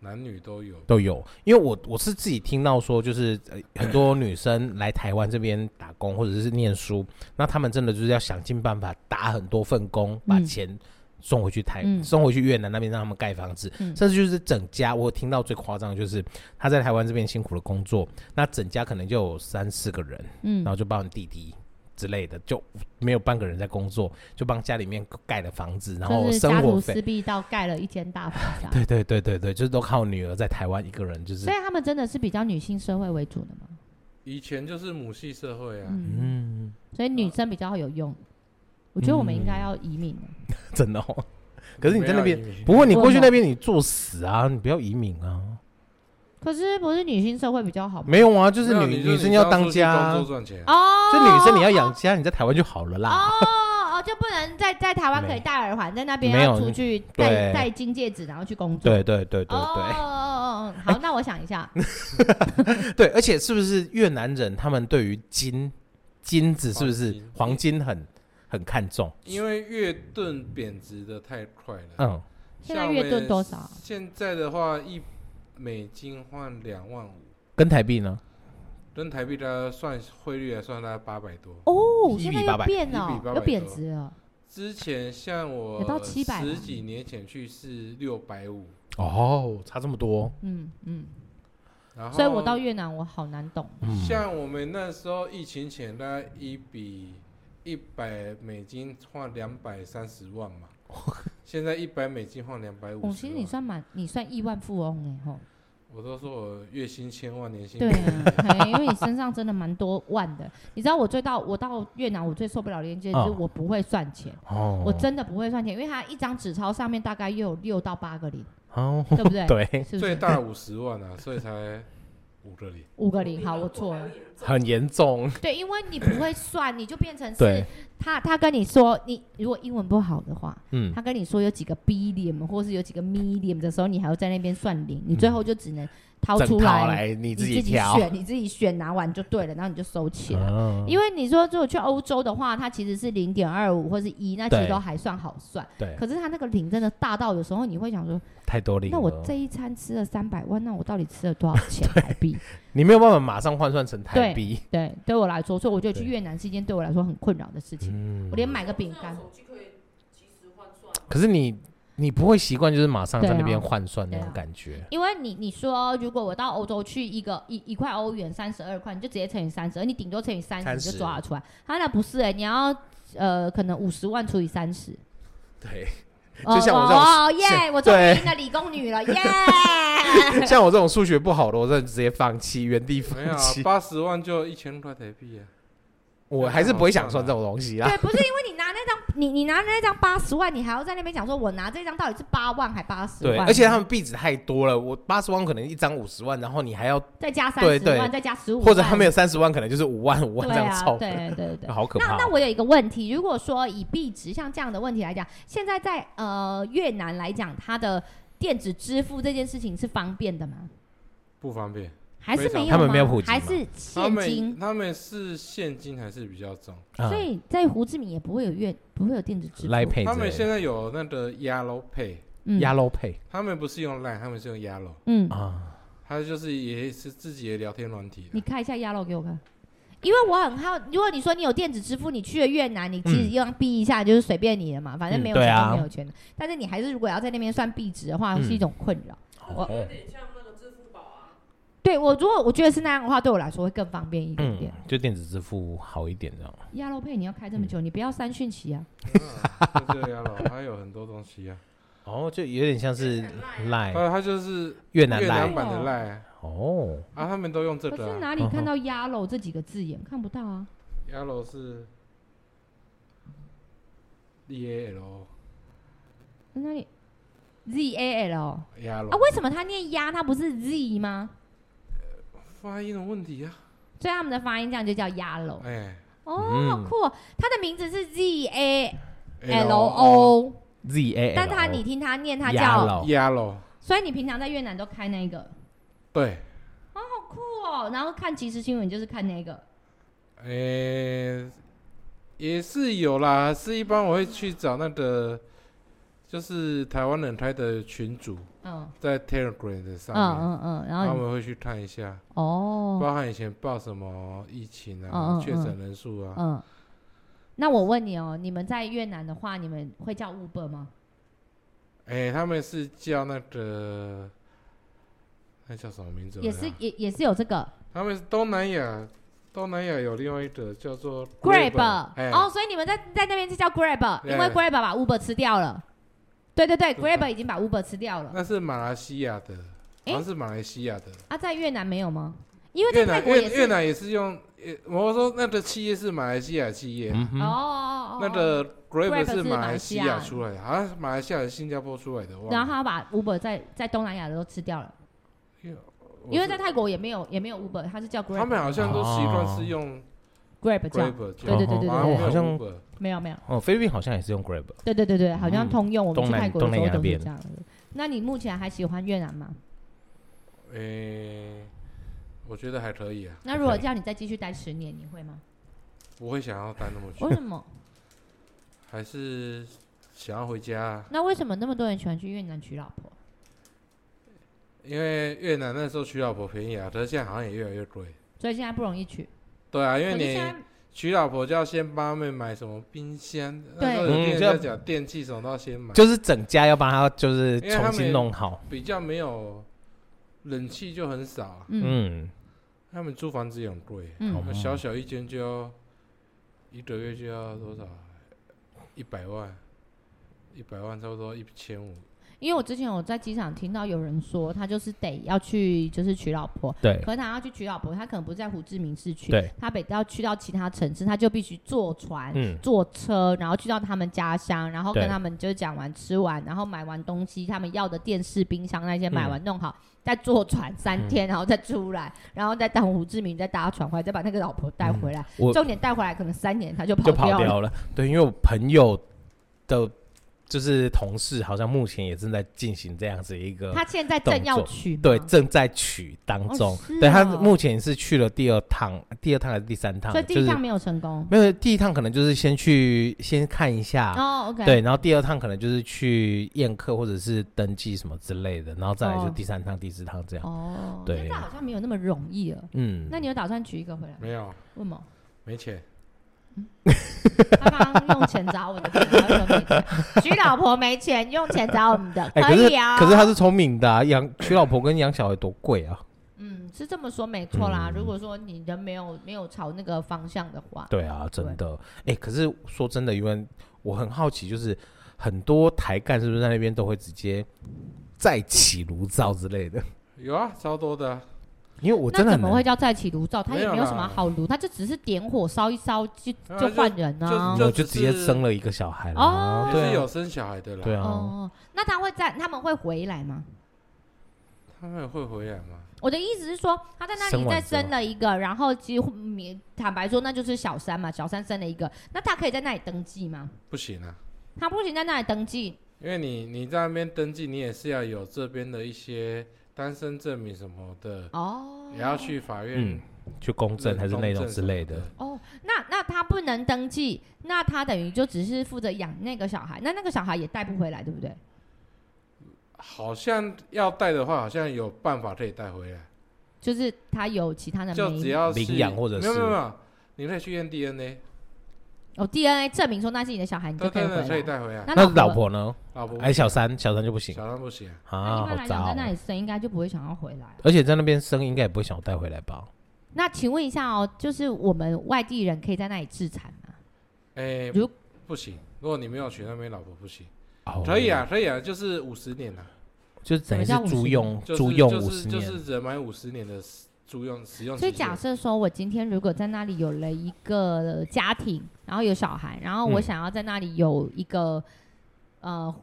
S3: 男女都有，
S2: 都有？因为我我是自己听到说，就是、呃很多女生来台湾这边打工或者是念书，那他们真的就是要想尽办法打很多份工，把
S1: 嗯
S2: 钱送回去台、
S1: 嗯
S2: 送回去越南那边，让他们盖房子，
S1: 嗯
S2: 甚至就是整家。我听到最夸张的就是他在台湾这边辛苦的工作，那整家可能就有三四个人，
S1: 嗯
S2: 然，后就帮你弟弟。之类的就没有半个人在工作，就帮家里面盖了房子，然后
S1: 就是
S2: 生
S1: 家
S2: 活
S1: 徒
S2: 费
S1: 四壁到盖了一间大房子啊、
S2: 对对对对对，就是都靠女儿在台湾一个人，就是
S1: 所以他们真的是比较女性社会为主的嘛。
S3: 以前就是母系社会啊，
S1: 嗯，
S2: 嗯，
S1: 所以女生比较有用。我觉得我们应该要移民了。
S2: 真的哦。可是你在那边，
S3: 没有移啊民
S2: 不过你过去那边你作死啊，你不要移民啊。
S1: 可是不是女性社会比较好吗？
S2: 没有啊，就是
S3: 没有
S2: 女女
S3: 你是
S2: 生
S3: 你
S2: 要
S3: 刚
S2: 当
S3: 出去
S2: 家
S3: 工
S2: 啊，
S3: 作赚钱，
S1: 哦
S2: 就女生你要养家，你在台湾就好了啦。
S1: 哦哦，就不能在在台湾可以戴耳环，在那边
S2: 没有
S1: 要出去
S2: 对
S1: 戴戴金戒指，然后去工作。
S2: 对对对对哎
S1: 哦
S2: 对
S1: 哦哦哦，好，那我想一下，
S2: 对，而且是不是越南人他们对于金金子是不
S3: 黄
S2: 是
S3: 金
S2: 黄金很很看重？
S3: 因为越盾贬值的太快了。
S2: 嗯，
S1: 现
S3: 像
S1: 在
S3: 我
S1: 月
S3: 们
S1: 盾多少？
S3: 现在的话，一美金换两万五，
S2: 跟台币呢？
S3: 跟台币大概算汇率来算，大概八百多。
S1: 哦，
S2: 一
S1: 现
S2: 比
S1: 在
S2: 八
S1: 又
S2: 百
S1: 变
S3: 一
S1: 了
S3: 比八，百
S1: 又贬值了。
S3: 之前像我
S1: 有到700
S3: 十
S1: 吗
S3: 几年前去是六百五，
S2: 哦，差这么多。
S1: 嗯嗯，
S3: 然后
S1: 所以我到越南我好难懂。
S2: 嗯，
S3: 像我们那时候疫情前大概一比一百美金换两百三十万 嘛，现在一百美金换两百
S1: 我
S3: 五十
S1: 哦其实你算蛮，你算亿万富翁哎吼。
S3: 我都说我月薪千万，年薪
S1: 对啊，嘿因为你身上真的蛮多万的。你知道我最到我到越南我最受不了的一件事，就是
S2: 哦
S1: 我不会算钱。
S2: 哦，
S1: 我真的不会算钱，因为它一张纸钞上面大概又有六到八个 零，
S2: 哦，
S1: 对不对？
S2: 对，
S1: 是不
S3: 最
S1: 是
S3: 大五十万啊， 所以才五个零。
S1: 五个零？好，我错了。
S2: 很严重。
S1: 对，因为你不会算，你就变成
S2: 对
S1: 是他他跟你说，你如果英文不好的话，
S2: 嗯，
S1: 他跟你说有几个 billion 或是有几个 million 的时候，你还要在那边算零，你最后就只能掏
S2: 嗯整
S1: 出
S2: 套
S1: 来，
S2: 你
S1: 你
S2: 自
S1: 己
S2: 挑。
S1: 选，啊你自己选，拿完就对了，然后你就收起来。
S2: 嗯
S1: 因为你说如果去欧洲的话，它其实是零点二五或是一，那其实
S2: 对
S1: 都还算好算。
S2: 对
S1: 可是它那个零真的大到有时候你会想说，
S2: 太多零了，
S1: 那
S2: 哦
S1: 我这一餐吃了三百万，那我到底吃了多少钱台 币？
S2: 你没有办法马上换算成台
S1: 对
S2: 币，
S1: 对，对我来说，所以我觉得去
S2: 对
S1: 越南是一件对我来说很困扰的事情。
S2: 嗯
S1: 我，连买个饼干，
S4: 手机可以及时换算。
S2: 可是你你不会习惯，就是马上在那边
S1: 对
S2: 换算那
S1: 对
S2: 种
S1: 啊
S2: 感觉，
S1: 因为你你说如果我到欧洲去一个一一块欧元三十二块，你就直接乘以三十二，你顶多乘以三十
S2: 30
S1: 就抓得出来。他那不是哎、你要呃可能五十万除以三十。
S2: 对，
S1: 哦
S2: 就像我这种
S1: 哦耶，我终
S2: 对啊
S1: 于赢了理工女 了耶！啊
S2: 像我这种数学不好的，我真的直接放弃，原地放
S3: 没 有啊，
S2: 弃，
S3: 八十万就一千块台币啊。
S2: 我还是不会想算这种东西啊。
S1: 对，不是因为你拿那张你你拿那张八十万，你还要在那边讲说我拿这张到底是八万还八十
S2: 对，
S1: 万？
S2: 而且他们币值太多了，我八十万可能一张五十万，然后你还要，
S1: 再加三
S2: 对
S1: 十
S2: 对
S1: 万，再加十五，
S2: 或者他们有三十万，可能就是五万五万
S1: 对
S2: 这样
S1: 啊，
S2: 凑，
S1: 对对 对。
S2: 好可
S1: 那
S2: 怕
S1: 那。我有一个问题，如果说以币值像这样的问题来讲，现在在呃越南来讲，它的电子支付这件事情是方便的吗？
S3: 不方便。
S1: 还是没有吗？
S2: 他们没有普及吗
S1: 还是
S3: 他
S1: 现
S3: 们
S1: 金？
S3: 他们是现金还是比较重？
S2: 嗯
S1: 所以在胡志明也不会有越不会有电子支付。
S2: 来配
S3: 他们
S2: 之类
S3: 现
S2: 的
S3: 在有那个 Yellow Pay，
S1: 嗯
S2: 压 o 配
S3: 他们不是用 Line，他们是用 Yellow，
S1: 嗯，
S2: 啊，
S3: 他就是也是自己的聊天软体
S1: 你
S3: 的。
S1: 看一下亚肉给我看，因为我很好。如果你说你有电子支付，你去了越南，你其实用币一下就是随便你了嘛，反正
S2: 嗯
S1: 没有
S2: 对
S1: 钱
S2: 啊
S1: 就没有钱的。但是你还是如果要在那边算币值的话，
S2: 嗯
S3: 哦
S1: 是一种困扰。
S4: 有点像那个支付宝啊，
S1: 对对我如果我觉得是那样的话，对我来说会更方便一点
S2: 嗯
S1: 点。，
S2: 就电子支付好一点这样。
S1: 亚洛佩你要开这么
S2: 嗯
S1: 久，你不要三讯期啊！
S3: 就这样了，它有很多东西 啊，
S2: 哦，就有点像是
S3: 还
S2: Line
S3: 有它就是
S2: 哎越南
S3: 越南
S2: Line
S3: 版的赖
S2: 哦，
S3: 啊，他们都用这
S1: 可
S3: 个
S1: 是
S3: 啊。
S1: 哪里看到 “yellow” 这几个字 眼看不到啊？
S3: Yellow 是 D A L
S1: 那里 “z a l” 哦
S2: 嗯
S3: Yellow
S1: 啊？为什么他念鸭，它不是 “z” 吗？
S3: 发音的问题啊，
S1: 所以他们的发音这样就叫 “yellow”。
S3: 哎
S1: 哦，好
S2: 嗯
S1: 酷哦！它的名字是 “z a l
S3: L
S1: o”，
S2: Z A，
S1: 但它你听它念，它
S2: 亚
S1: 叫，
S2: 老
S3: Yellow
S1: 所以你平常在越南都开那个，
S3: 对，
S1: 好酷哦！然后看即时新闻就是看那个，
S3: 诶、呃也是有啦，是一般我会去找那个，就是台湾人开的群组，
S1: 嗯
S3: 在 Telegram 的
S1: 嗯
S3: 上面，
S1: 嗯嗯，然
S3: 他
S1: 后你
S3: 们会去看一下，
S1: 哦，
S3: 包含以前报什么疫情
S1: 嗯
S3: 啊、
S1: 嗯
S3: 确诊人数啊，
S1: 嗯，那我问你哦，你们在越南的话，你们会叫 Uber 吗？
S3: 诶、哎他们是叫那个，那叫什么名字我
S1: 也
S3: 忘了？
S1: 是也也是有这个
S3: 他们是东南亚，东南亚有另外一个叫做
S1: Grab
S3: 哎、
S1: 哦，所以你们在在那边就叫 Grab，
S3: 对
S1: 因为 Grab 把 Uber 吃掉了。对对对
S3: 对
S1: ，Grab 已经把 Uber 吃掉了。
S3: 那是马来西亚的，好像是马来西亚的。
S1: 啊，在越南没有吗？因为
S3: 越
S1: 在
S3: 南
S1: 泰国
S3: 越
S1: 也
S3: 越
S1: 是
S3: 南也是用，也我说那个企业是马来西亚企业，
S2: 嗯
S1: 哦
S2: 哼，
S1: 哦哦，
S3: 那
S1: 哦
S3: 个 Grab
S1: Grab
S3: 是
S1: 是
S3: 马
S1: 马
S3: 来
S1: 来
S3: 西
S1: 西
S3: 亚
S1: 亚
S3: 出来的，好像是马来西亚还是新加坡出来的，
S1: 然
S3: 忘
S1: 后他
S3: 了。
S1: 把 Uber 在在东南亚的都吃掉了，
S3: 我
S1: 因为
S3: 是
S1: 在泰国也没有也没有 Uber，他是叫
S3: 他们
S1: Grab
S3: 好像都习惯是用
S1: Grab 叫
S3: Grab，
S1: 哦对对对对
S3: 然
S1: 对对
S3: 后没有
S2: 好像
S3: Uber
S1: 没有没有，
S2: 哦，菲律宾好像也是用 Grab，
S1: 对对对对，好像通用我们
S2: 东
S1: 去
S2: 南
S1: 泰国的时
S2: 嗯东南
S1: 候
S2: 亚
S1: 都是
S2: 那边
S1: 这样的。那你目前还喜欢越南吗？
S3: 诶，我觉得还可以啊，
S1: 那如果叫你再继续待十年，你会 吗？
S3: 不会想要待那么久
S1: 为，什么？
S3: 还是想要回家啊，
S1: 那为什么那么多人喜欢去越南娶老婆？
S3: 因为越南那时候娶老婆便宜啊，可是现在好像也越来越贵。
S1: 所以现在不容易娶。
S3: 对啊，因为
S1: 可是现
S3: 你
S1: 在
S3: 娶老婆就要先帮他们买什么冰箱，那
S1: 对
S3: 时候有
S2: 嗯
S3: 店
S2: 就要
S3: 在讲电器什么都要先买。
S2: 就是整家要帮他就是
S3: 因为他们
S2: 重新弄好。
S3: 比较没有冷气就很少、啊，
S1: 嗯
S2: 嗯，
S3: 他们租房子也很贵，
S1: 嗯
S3: 我们小小一间就要一个月就要多少？一百万，一百万差不多一千五。
S1: 因为我之前我在机场听到有人说，他就是得要去就是娶老婆，
S2: 对
S1: 可是他要去娶老婆，他可能不在胡志明市区，
S2: 对，
S1: 他得要去到其他城市，他就必须坐船。
S2: 嗯，
S1: 坐车，然后去到他们家乡，然后跟
S2: 对
S1: 他们就是讲完、吃完，然后买完东西，他们要的电视、冰箱那些买完弄好，再坐船三天，
S2: 嗯
S1: 然后再出来，然后再到胡志明再搭船回来，再把那个老婆带回来。
S2: 我
S1: 重点带回来可能三年他就跑
S2: 嗯就跑
S1: 掉了。
S2: 掉了。对，因为我朋友的，就是同事，好像目前也正在进行这样子一个，
S1: 他现在正要
S2: 动作
S1: 娶吗，
S2: 对，正在取当
S1: 哦
S2: 中。
S1: 是
S2: 对他
S1: 哦
S2: 目前是去了第二趟，第二趟还是第三趟？
S1: 所以第
S2: 就
S1: 一
S2: 是
S1: 项没有成功。
S2: 没有第一趟可能就是先去先看一下。
S1: 哦，OK，
S2: 啊对，然后第二趟可能就是去宴客或者是登记什么之类的，然后再来就
S1: 哦
S2: 第三趟、第四趟这样。
S1: 哦，
S2: 对
S1: 现在好像没有那么容易了。
S2: 嗯，
S1: 那你有打算娶一个回来吗？
S3: 没有，
S1: 为什么？
S3: 没钱。
S1: 他刚刚用钱找我们的，他说没钱 娶老婆没钱，用钱找我们的，
S2: 哎、可是
S1: 以啊。
S2: 可是他是聪明的、啊，养娶老婆跟养小孩多贵啊！
S1: 嗯，是这么说没错啦。
S2: 嗯
S1: 如果说你人没有没有朝那个方向的话，
S2: 对啊，真的。哎、可是说真的，因为我很好奇，就是很多台干是不是在那边都会直接再起炉灶之类的？
S3: 有啊，超多的啊、
S2: 因为我真
S1: 那怎
S2: 的很
S1: 么
S2: 难
S1: 会叫再起炉灶？他
S3: 没
S1: 也
S3: 有
S1: 没有什么
S3: 啦
S1: 好炉，他就只是点火烧一烧就
S3: 啊
S1: 就
S3: 就
S1: 换人啊。
S2: 就
S3: 就只
S2: 就直接
S3: 是
S2: 生了一个小孩了
S1: 哦
S2: 啊。
S3: 也
S2: 对
S3: 是有
S2: 啊，
S3: 生小孩的啦。
S2: 对啊，
S1: 哦，那他会在他们会回来吗？
S3: 他们会回来吗？
S1: 我的意思是说，他在那
S2: 生
S1: 里
S2: 完
S1: 再
S2: 之后
S1: 生了一个，然后几乎你坦白说，那就是小三嘛，小三生了一个，那他可以在那里登记吗？
S3: 不行啊，
S1: 他不行在那里登记，
S3: 因为你你在那边登记，你也是要有这边的一些单身证明什么的，
S1: 哦
S3: 也要去法院
S2: 嗯，去公证还是那种之类的。
S1: 哦，那那他不能登记，那他等于就只是负责养那个小孩，那那个小孩也带不回来，对不对？
S3: 好像要带的话，好像有办法可以带回来，
S1: 就是他有其他的
S3: 就
S1: 妹
S3: 只要是
S2: 领养或者
S3: 没有没
S2: 是
S3: 有没有，你可以去验 DNA，
S1: 哦，DNA 证明说那是你的小孩，你就
S3: 对
S1: 可
S3: 对
S1: 回
S3: 对，可以
S1: 来。
S3: 带回来。
S1: 那
S2: 那
S1: 老
S2: 老
S1: 婆，
S2: 婆呢？
S3: 老婆不
S2: 哎，小三，小三就不行
S3: 小张不行，
S1: 那
S2: 啊，
S1: 一
S2: 好
S1: 般来
S2: 糟
S1: 讲在
S2: 哦。
S1: 那里生，应该就不会想要回来啊。
S2: 而且在那边生，应该也不会想要带回来吧？
S1: 那请问一下哦，就是我们外地人可以在那里自产吗？
S3: 哎，
S1: 如
S3: 不行，如果你没有娶那边老婆不行。
S2: 哦
S3: 可以，啊，可以啊，就是五十年啊，
S2: 就是等于是
S1: 什么叫
S2: 租用
S3: 就是
S2: 租用
S3: 就
S2: 五
S3: 是
S2: 十
S3: 就
S2: 年
S3: 是哦只能买五十年的使租用使用期
S1: 所以
S3: 限。
S1: 假设说我今天如果在那里有了一个家庭，然后有小孩，然后我
S2: 嗯
S1: 想要在那里有一个、呃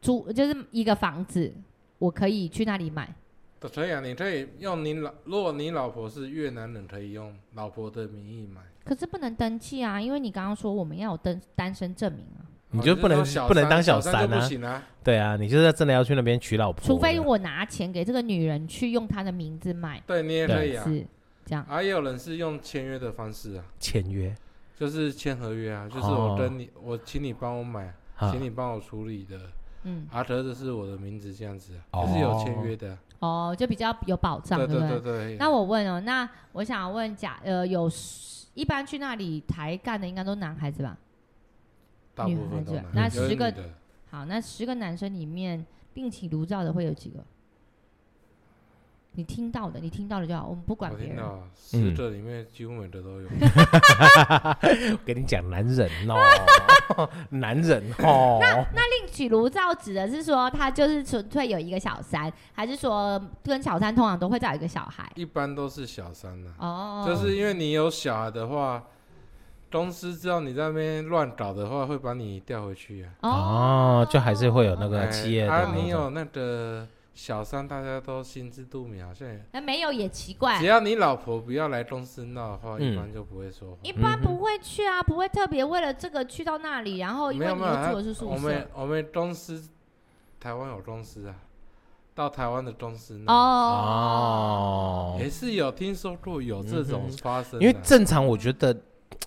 S1: 租，就是一个房子，我可以去那里买。
S3: 对可以啊，你可以用你老，如果你老婆是越南人，可以用老婆的名义买。
S1: 可是不能登记啊，因为你刚刚说我们要有登单身证明啊，
S2: 你
S3: 哦
S2: 就不能
S3: 是说小
S2: 不能当小
S3: 小三
S2: 三
S3: 就不
S2: 啊？
S3: 行啊，
S2: 对啊，你就是真的要去那边娶老婆的，
S1: 除非我拿钱给这个女人去用她的名字买
S3: 对你也可以啊。
S1: 是这样。
S3: 啊，也有人是用签约的方式啊，
S2: 签约
S3: 就是签合约啊，就是
S2: 哦
S3: 我跟你，我请你帮我买，
S2: 啊
S3: 请。你帮我处理的，
S1: 嗯，
S3: 啊，可是这是我的名字这样子啊，
S2: 哦
S3: 就是有签约的啊，
S1: 哦，就比较有保障，
S3: 对
S1: 不
S3: 对对。
S1: 那我问哦，那我想问假呃，有 s- 一般去那里抬干的应该都男孩子吧？
S3: 大部分都
S1: 女孩
S3: 男
S1: 子啊那
S3: 的，有
S1: 十个
S3: 女的
S1: 好，那十个男生里面另起炉灶的会有几个？你听到的，你听到了就好，我们不管
S3: 我
S1: 别
S3: 听
S1: 人嗯
S3: 到。啊十个里面几乎每个 都有。
S2: 跟你讲，男人哦， 男人哦，
S1: 另起炉灶指的是说，他就是纯粹有一个小三，还是说跟小三通常都会找一个小孩？
S3: 一般都是小三呐、
S1: 哦，
S3: 就是因为你有小孩的话，公司知道你在那边乱搞的话，会把你调回去啊。
S2: 哦，就还是会有那
S3: 哎
S2: 个企业的
S3: 啊，
S2: 那
S3: 你
S1: 哦
S2: 种
S3: 有那个小三，大家都心知肚明，好像也
S1: 那没有也奇怪
S3: 只。要你老婆不要来公司闹的话，
S2: 嗯
S3: 一般就不会说话。
S1: 一般
S2: 嗯哼
S1: 不会去啊，不会特别为了这个去到那里，然哦后因
S3: 没
S1: 为
S3: 有
S1: 你
S3: 没
S1: 又
S3: 有，他
S1: 住的是宿
S3: 我
S1: 舍
S3: 们我们公司台湾有公司啊，到台湾的公司闹
S1: 哦
S2: 哦，
S3: 也是有听说过有这种
S2: 嗯哼
S3: 发生、啊
S2: 因为正常我觉得。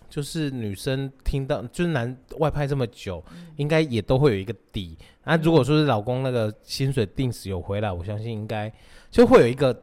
S2: 就是女生听到，就是男外派这么久，
S1: 嗯
S2: 应该也都会有一个底。那、如果说是老公那个薪水定时有回来，我相信应该就会有一个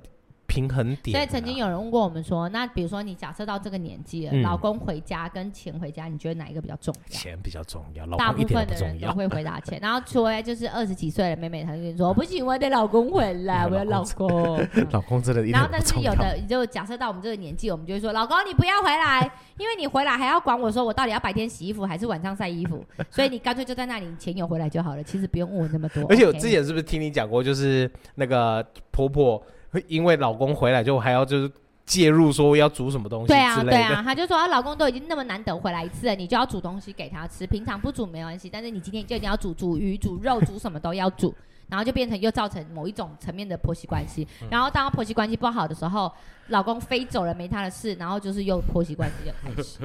S2: 平衡点、
S1: 所
S2: 啊。
S1: 以曾经有人问过我们说，那比如说你假设到这个年纪了，
S2: 嗯
S1: 老公回家跟钱回家，你觉得哪一个比较重要？
S2: 钱比较重要，老
S1: 大
S2: 公
S1: 部
S2: 一点
S1: 分
S2: 都
S1: 的
S2: 不重
S1: 人都
S2: 要。
S1: 会回答钱，然后除非就是二十几岁的妹妹，她就跟你说不行，我得老公回来，我
S2: 我
S1: 要
S2: 要
S1: 老
S2: 老
S1: 公。嗯
S2: 老公真的一
S1: 然后
S2: 点都
S1: 但
S2: 不
S1: 是
S2: 重
S1: 有
S2: 要。
S1: 的就假设到我们这个年纪，我们就会说老公你不要回来，因为你回来还要管我说我到底要白天洗衣服还是晚上晒衣服，所以你干脆就在那里，你钱有回来就好了，其实不用问我那么多。
S2: 而且我
S1: OK
S2: 之前是不是听你讲过，就是那个婆婆会因为老公回来就还要就是介入说要煮什么东西
S1: 对啊，
S2: 之类
S1: 对
S2: 的。
S1: 啊，她就说老公都已经那么难得回来一次了，你就要煮东西给他吃，平常不煮没关系，但是你今天就一定要煮，煮鱼、煮肉、煮什么都要煮，然后就变成又造成某一种层面的婆媳关系。
S2: 嗯
S1: 然后当婆媳关系不好的时候，老公飞走了没他的事，然后就是又婆媳关系又开始，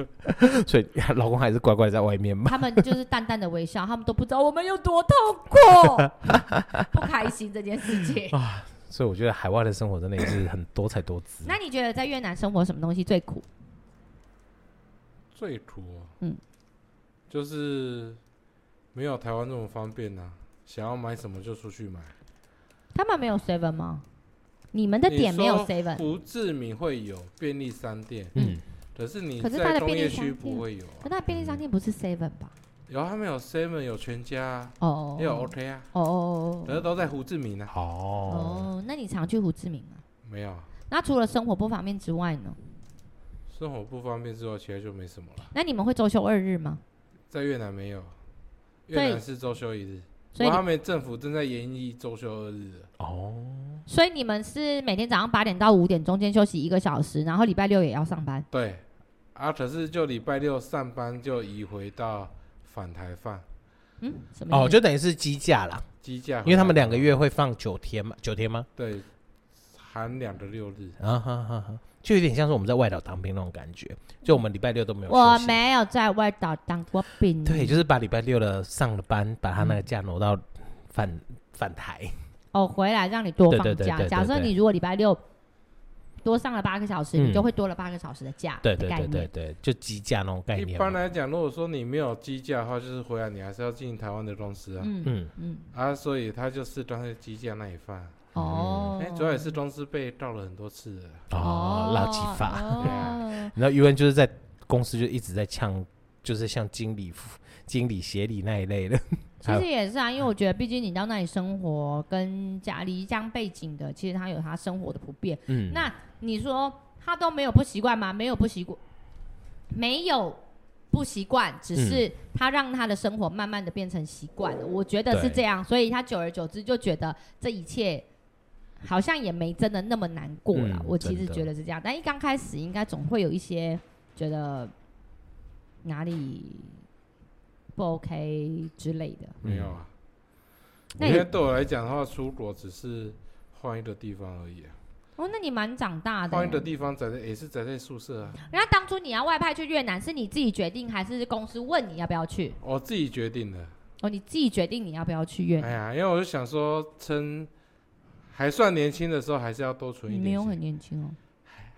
S2: 所以老公还是乖乖在外面吧。
S1: 他们就是淡淡的微笑，他们都不知道我们有多痛苦，不开心这件事 情。
S2: 哦所以我觉得海外的生活真的也是很多彩多姿。
S1: 那你觉得在越南生活什么东西最苦？
S3: 最苦、哦，
S1: 嗯，
S3: 就是没有台湾那么方便呐、啊想要买什么就出去买。
S1: 他们没有 seven 吗？你们的
S3: 你
S1: 点没有
S3: 说
S1: seven。
S3: 胡志明会有便利商店，
S2: 嗯，
S3: 可是你
S1: 可是它
S3: 在
S1: 的
S3: 工
S1: 便利
S3: 业
S1: 商
S3: 区
S1: 店
S3: 不会有
S1: 可
S3: 啊。
S1: 那便利商店不是 Seven 吧？
S3: 有啊他们有 Seven，有全家、啊，
S1: 哦，
S3: 也有 OK 啊，
S1: 哦哦
S3: 可
S1: 哦
S3: 是都在胡志明啊。
S1: 哦
S2: 哦，
S1: 哦，那你常去胡志明吗？
S3: 没有啊，
S1: 那除了生活不方便之外呢？
S3: 生活不方便之后，其他就没什么了。
S1: 那你们会周休二日吗？
S3: 在越南没有，
S1: 所
S3: 越
S1: 以
S3: 南是周休一日，
S1: 所以
S3: 不过他
S1: 你，
S3: 们政府正在研议周休二日了。
S2: 哦，
S1: 所以你们是每天早上八点到五点中间休息一个小时，然后礼拜六也要上班。
S3: 对，啊，可是就礼拜六上班就移回到返台放
S1: 嗯，什么意思？
S2: 哦，就等于是鸡架啦，
S3: 鸡架回来，
S2: 因为他们两个月会放九天嘛，九天吗？
S3: 对，含两个六日，
S2: 啊哈哈哈，就有点像是我们在外岛当兵那种感觉，就我们礼拜六都没有
S1: 我
S2: 休息。
S1: 没有在外岛当过兵。
S2: 对，就是把礼拜六的上了班，把他那个假挪到反反台。
S1: 哦，回来让你多
S2: 对
S1: 放
S2: 对对
S1: 假。
S2: 对对
S1: 假设
S2: 对
S1: 你如果礼拜六多上了八个小时，
S2: 嗯
S1: 你就会多了八个小时的假
S2: 对
S1: 的
S2: 对
S1: 概
S2: 对对
S1: 念。
S2: 对，就鸡架那种概
S3: 一
S2: 念
S3: 般
S2: 嘛。
S3: 来讲，如果说你没有机架的话，就是回来你还是要进台湾的公司啊。
S1: 嗯
S2: 嗯，
S1: 嗯
S3: 啊，所以他就是干脆机架那一放。
S1: 哦
S3: 哎、，主要也是公司被告了很多次了，
S2: 哦哦，垃圾法。
S1: 哦
S3: 对啊
S2: 然后 UN 就是在公司就一直在呛就是像经理、经理、协理那一类的。
S1: 其实也是啊，因为我觉得，毕竟你到那里生活，跟家离乡背景的，其实他有他生活的不便。
S2: 嗯，
S1: 那你说他都没有不习惯吗？没有不习惯，没有不习惯，只
S2: 嗯
S1: 是他让他的生活慢慢的变成习惯了。我觉得是
S2: 对
S1: 这样，所以他久而久之就觉得这一切好像也没真的那么难过了。
S2: 嗯
S1: 我其实
S2: 真的
S1: 觉得是这样，但一刚开始应该总会有一些觉得哪里不 OK 之类的。
S3: 没有啊。
S1: 那
S3: 因
S1: 你
S3: 为对我来讲的话，出国只是换一个地方而已、啊，
S1: 哦，那你蛮长大的嗯
S3: 换一个
S1: 耶。
S3: 地方宅在也是宅在宿舍啊。
S1: 那当初你要外派去越南，是你自己决定，还是公司问你要不要去？
S3: 我自己决定的。
S1: 哦，你自己决定你要不要去越
S3: 哎
S1: 南。
S3: 呀，因为我就想说，趁还算年轻的时候，还是要多存
S1: 你
S3: 一
S1: 没有
S3: 点
S1: 很
S3: 钱。
S1: 年轻哦。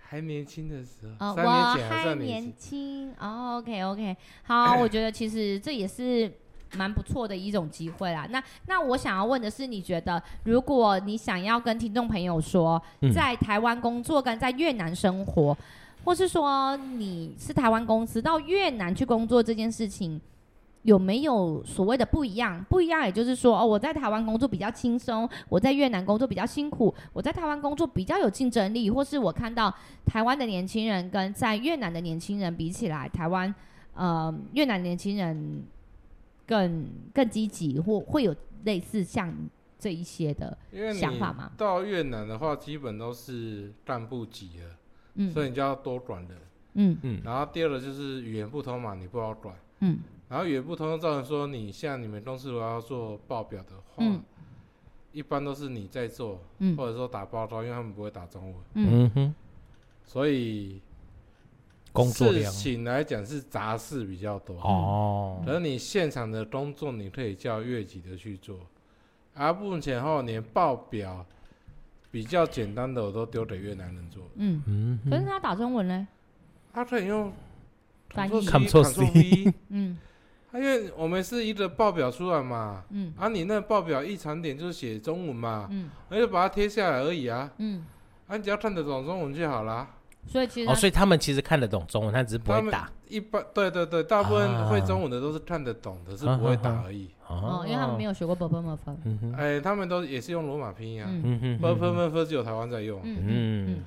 S3: 还年轻的时候，
S1: 哦，
S3: 三年
S1: 我
S3: 前还
S1: 还
S3: 算年轻
S1: 年。轻。哦，OK OK，好，我觉得其实这也是蛮不错的一种机会啦。那那我想要问的是，你觉得如果你想要跟听众朋友说，
S2: 嗯
S1: 在台湾工作跟在越南生活，或是说你是台湾公司到越南去工作这件事情。有没有所谓的不一样？不一样，也就是说，哦，我在台湾工作比较轻松，我在越南工作比较辛苦，我在台湾工作比较有竞争力，或是我看到台湾的年轻人跟在越南的年轻人比起来，台湾呃越南年轻人更更积极，或会有类似像这一些的
S3: 因为你
S1: 想法吗
S3: 到越南的话，基本都是干部级了，
S1: 嗯
S3: 所以你就要多管人。
S1: 嗯
S3: 然后第二个就是语言不通嘛，你不好管。
S1: 嗯
S3: 然后语言不通，造成说你像你们公司如果要做报表的话，
S1: 嗯
S3: 一般都是你在做，
S1: 嗯
S3: 或者说打包装，因为他们不会打中文，
S1: 嗯
S2: 嗯哼，
S3: 所以
S2: 工作量
S3: 事情来讲是杂事比较多。
S2: 哦，
S3: 而你现场的工作，你可以叫越级的去做，而目前后连报表比较简单的我都丢给越南人做，啊
S1: 嗯，
S2: 嗯
S1: 可是他打中文嘞，
S3: 他可以用
S1: 翻译
S2: Ctrl C
S3: V，
S1: 嗯
S3: 因为我们是一个报表出来嘛，
S1: 嗯
S3: 啊，你那报表异常点就是写中文嘛，
S1: 嗯
S3: 而且把它贴下来而已啊，
S1: 嗯，
S3: 啊，你只要看得懂中文就好啦。
S1: 所以其实
S2: 哦，
S1: 他
S2: 所以他们其实看得懂中文，他只是不
S3: 他
S2: 会
S3: 们
S2: 打
S3: 一般对对对，大部分
S2: 啊
S3: 会中文的都是看得懂的，是不会打而已。
S1: 哦，因为他们没
S2: 有，
S1: 有学过 b u r b m f
S2: 嗯哼，
S3: 哎，他们都也是用罗马拼音啊，
S1: 嗯
S2: 嗯哼，
S3: 分分分分只有台湾在用。
S1: 嗯嗯
S2: 嗯，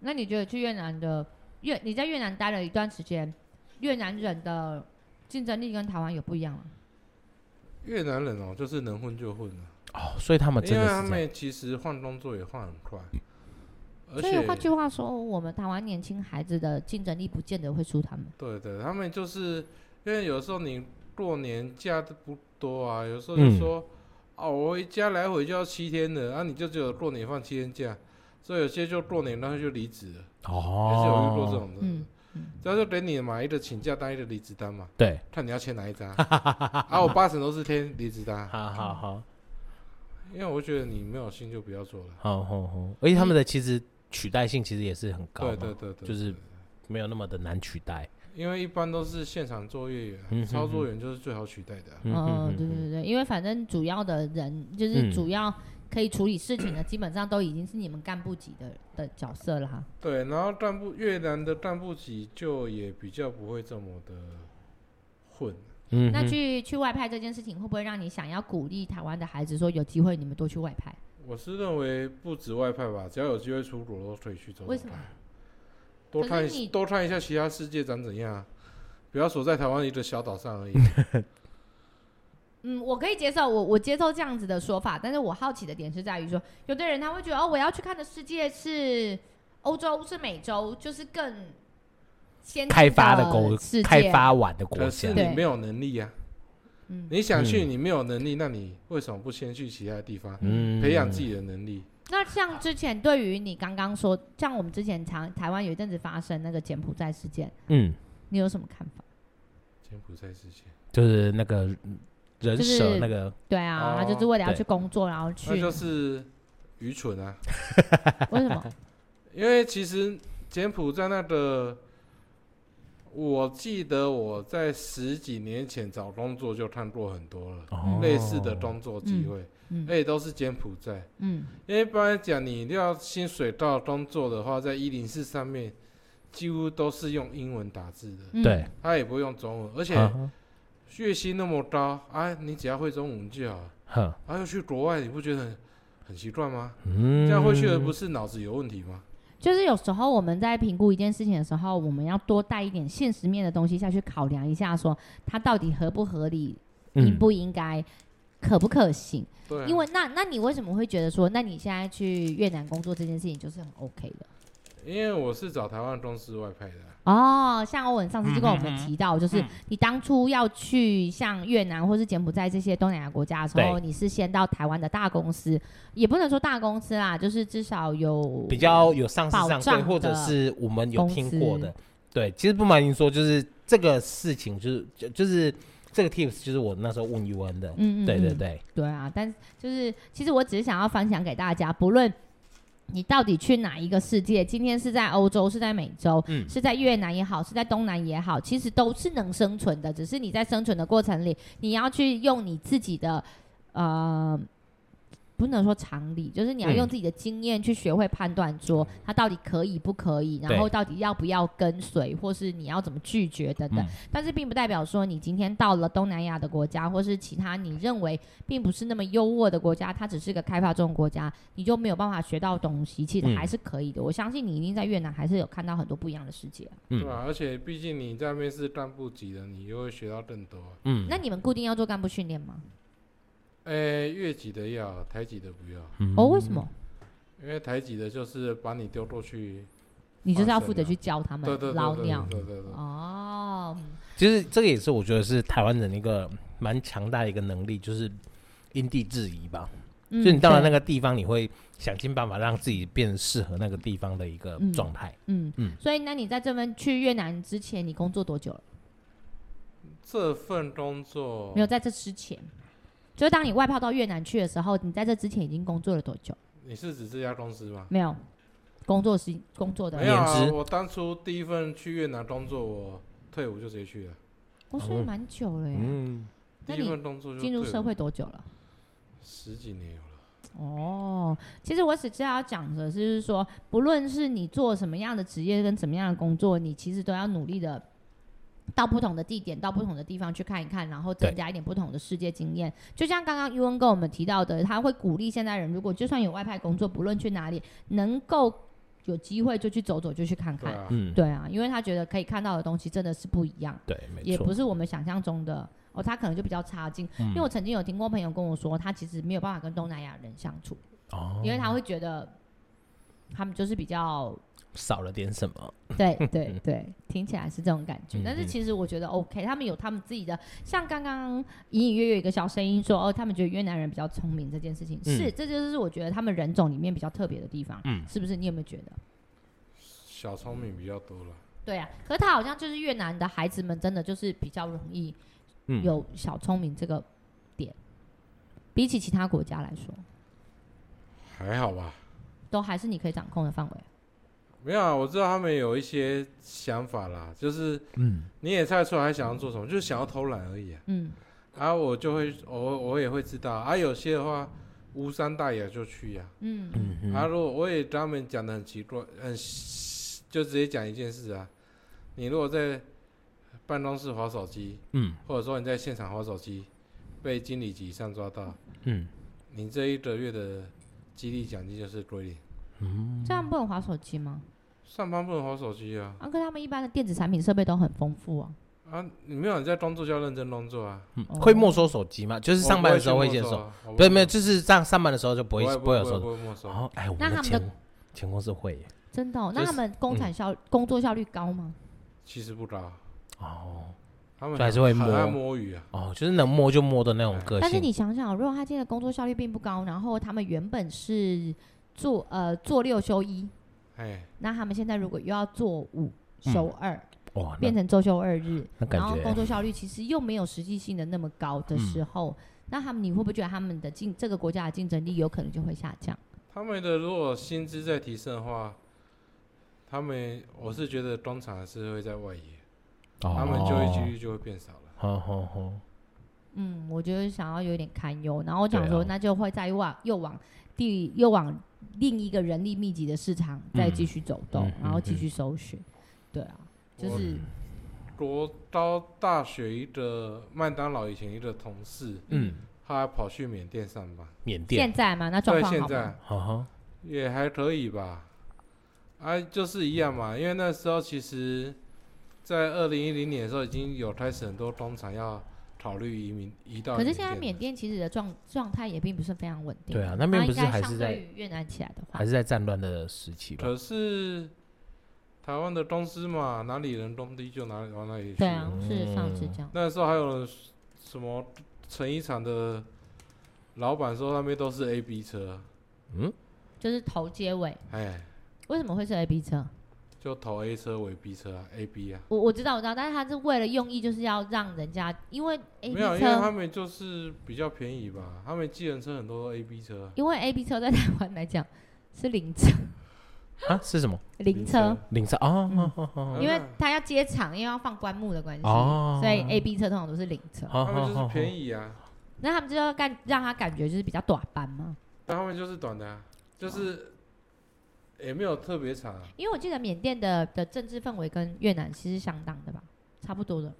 S1: 那你觉得去越南的越你在越南待了一段时间，越南人的竞争力跟台湾有不一样吗？
S3: 越南人哦，就是能混就混啊，
S2: 哦，所以他们
S3: 因
S2: 真
S3: 为
S2: 的
S3: 他
S2: 是这样，
S3: 们其实换工作也换很快，而
S1: 所以换句
S3: 且
S1: 话说，我们台湾年轻孩子的竞争力不见得会输他们。
S3: 对对，他们就是因为有时候你过年假都不多啊，有时候
S2: 嗯
S3: 就说、哦，我一家来回就要七天了，啊，你就只有过年放七天假，所以有些就过年然后就离职了，也是有遇过这
S2: 哦，
S3: 种的。
S1: 嗯
S3: 这样就给你买一个请假单，一个离职单嘛，
S2: 对，
S3: 看你要签哪一 张。啊，我八成都是签离职单，
S2: 好好好。
S3: 因为我觉得你没有心就不要做了。
S2: 好好好，而且他们的其实取代性其实也是很高嘛，
S3: 对对对对，
S2: 就是
S3: 对
S2: 没有那么的难取代。
S3: 因为一般都是现场作业员啊，
S2: 嗯哼
S3: 操作员就是最好取代的啊、
S1: 嗯、
S2: 嗯
S1: 哦
S2: 哼，
S1: 对
S2: 哼
S1: 对对，因为反正主要的人就是
S2: 嗯
S1: 主要可以处理事情的，基本上都已经是你们干部级的的角色了哈。
S3: 对，然后干部越南的干部级就也比较不会这么的混。
S2: 嗯
S1: 那
S2: 哼
S1: 去去外派这件事情，会不会让你想要鼓励台湾的孩子说，有机会你们多去外派？
S3: 我是认为不止外派吧，只要有机会出国都可以去走走
S1: 为什么
S3: 看？多
S1: 可是
S3: 看
S1: 你
S3: 一多看一下其他世界长怎样、啊，不要锁在台湾一个小岛上而已。
S1: 嗯，我可以接受，我我接受这样子的说法，但是我好奇的点是在于说，有的人他会觉得哦，我要去看的世界是欧洲，是美洲，就是更先进
S2: 开发的国
S1: 世界，
S2: 开发晚的国
S3: 可
S2: 家
S3: 是，
S1: 对
S3: 你没有能力啊，
S1: 嗯
S3: 你想去你没有能力，那你为什么不先去其他地方、
S2: 嗯
S3: 培养自己的能力？
S1: 那像之前对于你刚刚说，像我们之前常台湾有一阵子发生那个柬埔寨事件，
S2: 嗯，
S1: 你有什么看法？
S3: 柬埔寨事情，
S2: 就是那个人
S1: 就是
S2: 蛇那个，
S1: 对啊，
S3: 哦
S1: 他就是为了要
S2: 对
S1: 去工作，然后去
S3: 那就是愚蠢啊！
S1: 为 什么？
S3: 因为其实柬埔寨那个，我记得我在十几年前找工作就看过很多了，
S2: 哦
S3: 类似的工作机会，
S1: 嗯
S3: 而且都是柬埔寨。
S1: 嗯，
S3: 因为一般来讲，你要薪水到工作的话，在一零四上面几乎都是用英文打字的，
S1: 嗯
S2: 对，，
S3: 他也不会用中文，而且
S2: 啊
S3: 月薪那么高，啊，你只要会中文就好了。
S2: 哼，
S3: 啊，要去国外，你不觉得很很奇怪吗？
S2: 嗯，
S3: 这样会去的不是脑子有问题吗？
S1: 就是有时候我们在评估一件事情的时候，我们要多带一点现实面的东西下去考量一下，说它到底合不合理，应
S2: 嗯，
S1: 不应该，可不可行。
S3: 对啊，
S1: 因为那那你为什么会觉得说，那你现在去越南工作这件事情就是很 OK 的？
S3: 因为我是找台湾公司外派的啊，
S1: 哦，像欧文上次就跟我们
S2: 嗯嗯嗯
S1: 提到，就是
S2: 嗯
S1: 你当初要去像越南或是柬埔寨这些东南亚国家的时候，
S2: 对
S1: 你是先到台湾的大公司，也不能说大公司啦，就是至少有嗯
S2: 比较有上市
S1: 保
S2: 上
S1: 障
S2: 柜，或者
S1: 的
S2: 是我们有
S1: 公
S2: 听
S1: 司
S2: 过的。对，其实不瞒您说，就是这个事情，就是就就是这个 tips，就是我那时候问 U N 的。
S1: 嗯嗯
S2: 对对
S1: 嗯
S2: 对，
S1: 对啊，但就是其实我只是想要分享给大家，不论你到底去哪一个世界，今天是在欧洲，是在美洲，
S2: 嗯
S1: 是在越南也好，是在东南也好，其实都是能生存的，只是你在生存的过程里，你要去用你自己的呃。不能说常理，就是你要
S2: 嗯
S1: 用自己的经验去学会判断，说它到底可以不可以，然后
S2: 对
S1: 到底要不要跟随，或是你要怎么拒绝等等。
S2: 嗯
S1: 但是并不代表说你今天到了东南亚的国家，或是其他你认为并不是那么优渥的国家，它只是个开发中国家，你就没有办法学到东西。其实
S2: 嗯
S1: 还是可以的，我相信你一定在越南还是有看到很多不一样的世界啊、
S2: 嗯
S3: 对吧、而且毕竟你在那边是干部级的，你就会学到更多啊。
S2: 嗯
S1: 那你们固定要做干部训练吗？
S3: 诶，越级的要，台级的不要，
S2: 嗯
S1: 哦，为什么？
S3: 因为台级的就是把你丢过去，
S1: 你就是要
S3: 防身
S1: 负责
S3: 啊
S1: 去教他
S3: 对
S1: 们
S3: 对对
S1: 捞
S3: 对
S1: 尿
S3: 对对对，
S1: 哦。
S2: 其实这个也是我觉得是台湾人的一个蛮强大的一个能力，就是因地制宜吧。
S1: 嗯
S2: 就你到了那
S1: 对
S2: 个地方，你会想尽办法让自己变得适合那个地方的一个
S1: 嗯
S2: 状态。
S1: 嗯
S2: 嗯
S1: 所以那你在这边去越南之前，你工作多久了？
S3: 这份工作
S1: 没有，在这之前，就是当你外派到越南去的时候，你在这之前已经工作了多久？
S3: 你是指这家公司吗？
S1: 没有，工作是工作的
S3: 没有啊，
S2: 年资
S3: 我当初第一份去越南工作，我退伍就直接去了。
S1: 我所以蛮久了耶。
S2: 嗯，
S1: 那
S3: 第
S1: 你
S3: 一份工作就
S1: 进入
S3: 退伍
S1: 社会多久了？
S3: 十几年有了，
S1: 哦，其实我只是要讲的是，就是说，不论是你做什么样的职业跟什么样的工作，你其实都要努力的到不同的地点、到不同的地方去看一看，然后增
S2: 对
S1: 加一点不同的世界经验。就像刚刚 U N 跟我们提到的，他会鼓励现代人，如果就算有外派工作，不论去哪里，能够有机会就去走走，就去看
S3: 对
S1: 看。
S3: 啊，
S2: 嗯，
S1: 对啊，因为他觉得可以看到的东西真的是不一样。
S2: 对，没
S1: 也不
S2: 错。
S1: 是我们想象中的哦，他可能就比较差劲。
S2: 嗯
S1: 因为我曾经有听过朋友跟我说，他其实没有办法跟东南亚人相处，
S2: 哦，
S1: 因为他会觉得他们就是比较
S2: 少了点什么。
S1: 对 对对，听起来是这种感觉
S2: 嗯。
S1: 但是
S2: 嗯
S1: 其实我觉得 OK，他们有他们自己的，像刚刚隐隐约约有一个小声音说，哦，他们觉得越南人比较聪明这件事情，是
S2: 嗯
S1: 这就是我觉得他们人种里面比较特别的地方，
S2: 嗯
S1: 是不是？你有没有觉得？
S3: 小聪明比较多了。
S1: 对啊，可是他好像就是越南的孩子们，真的就是比较容易
S2: 嗯，
S1: 有小聪明这个点，比起其他国家来说，
S3: 还好吧？
S1: 都还是你可以掌控的范围。
S3: 没有啊，我知道他们有一些想法啦，就是
S2: 嗯，
S3: 你也猜得出来他想要做什么，就是想要偷懒而已啊。
S1: 嗯，
S3: 啊，我就会，我我也会知道啊。有些的话，无伤大雅就去呀、
S1: 嗯
S2: 嗯哼
S3: 啊。如果我也跟他们讲的很奇怪，很细就直接讲一件事啊，你如果在办公室划手机，
S2: 嗯
S3: 或者说你在现场划手机，被经理级以上抓到，
S2: 嗯
S3: 你这一个月的激励奖金就是归零。
S1: 这样不能划手机吗？
S3: 上班不能划手机啊！
S1: 啊，可他们一般的电子产品设备都很丰富啊。
S3: 啊，你没有你在工作就要认真工作啊！
S2: 嗯
S1: 哦
S2: 会没收手机吗？就是上班的时候会
S3: 接
S2: 先收
S3: 受，，我
S2: 不是没有，就是上上班的时候就不
S3: 不
S2: 会
S3: 会
S2: 不会有
S3: 不
S2: 收。
S3: 会没收。
S2: 哦，哎，我
S1: 那
S2: 们
S1: 他们
S2: 前
S1: 的
S2: 前公司会耶
S1: 真的哦、那
S3: 就是
S1: 他们
S2: 嗯
S1: 工产效、工作效率高吗？
S3: 其实不高，
S2: 哦
S3: 他们
S2: 就还是会
S3: 很
S2: 摸
S3: 爱摸鱼啊。
S2: 哦，就是能摸就摸的那种
S3: 哎
S2: 个性。
S1: 但是你想想，哦如果他今天的工作效率并不高，然后他们原本是做呃做六休一，
S3: 哎，
S1: 那他们现在如果又要做五
S2: 嗯
S1: 休二，
S2: 哇，那
S1: 变成周休二日，
S2: 那感
S1: 然后工
S2: 觉嗯
S1: 作效率其实又没有实际性的那么高的时候，那他们你会不会觉得他们的竞这个国家的竞争力有可能就会下降？
S3: 他们的如果薪资再提升的话，他们我是觉得工厂是会在外移，
S2: 哦
S3: 他们就业几率就会变少了。
S2: 好好好，
S1: 嗯，我觉得想要有点堪忧，然后我想
S2: 对啊
S1: 说，那就会再往又往第又往另一个人力密集的市场再继续走动，
S2: 嗯
S1: 然后
S2: 嗯
S1: 继
S2: 嗯
S1: 续搜寻。对啊，
S3: 我
S1: 就是
S3: 罗到大学一个麦当劳以前一个同事，
S2: 嗯，
S3: 他跑去缅甸上班，
S2: 缅甸，
S1: 现在嘛，那状
S3: 对，
S1: 况
S3: 现
S1: 好吗？
S3: 在
S2: 哈哈，
S3: 也还可以吧。啊，就是一样嘛，因为那时候其实，在二零一零年的时候已经有开始很多工厂要考虑移民移到，
S1: 可是现在缅，甸其实的状状态也并不是非常稳定。
S2: 对啊那边
S1: 它
S2: 不是
S1: 应该
S2: 还是
S1: 相
S2: 在
S1: 对于越南起来的话
S2: 还，是在战乱的时期吧。
S3: 可是台湾的公司嘛，哪里人工低就哪里往哪里去。
S1: 对啊，事实上是这样。
S3: 那时候还有人什么成衣厂的老板说那边都是 A B 车，
S2: 嗯，
S1: 就是头接尾，
S3: 哎，
S1: 为什么会是 A B 车？
S3: 就投 A 车尾 B 车啊，A B 啊，
S1: 我我知道我知道，但是他是为了用意就是要让人家，因为 A
S3: 没
S1: B
S3: 有，因为他
S1: 车，
S3: 们就是比较便宜吧，他们计程车很多都 A B 车啊，
S1: 因为 A B 车在台湾来讲是零车
S3: 呃
S2: 啊，是什么？
S1: 零车，
S2: 零三啊
S1: 嗯，
S2: 哦哦
S1: 因为他要接场，因为要放棺木的关系，
S2: 哦
S1: 所以 A B 车通常都是零车。
S2: 好
S3: 他们
S2: 好
S3: 就是
S2: 好，
S3: 便宜啊，
S1: 那他们就要干让他感觉就是比较短班嘛。
S3: 但他们就是短的、啊，就是也没有特别长、啊，
S1: 因为我记得缅甸的的政治氛围跟越南其实相当的吧，差不多的。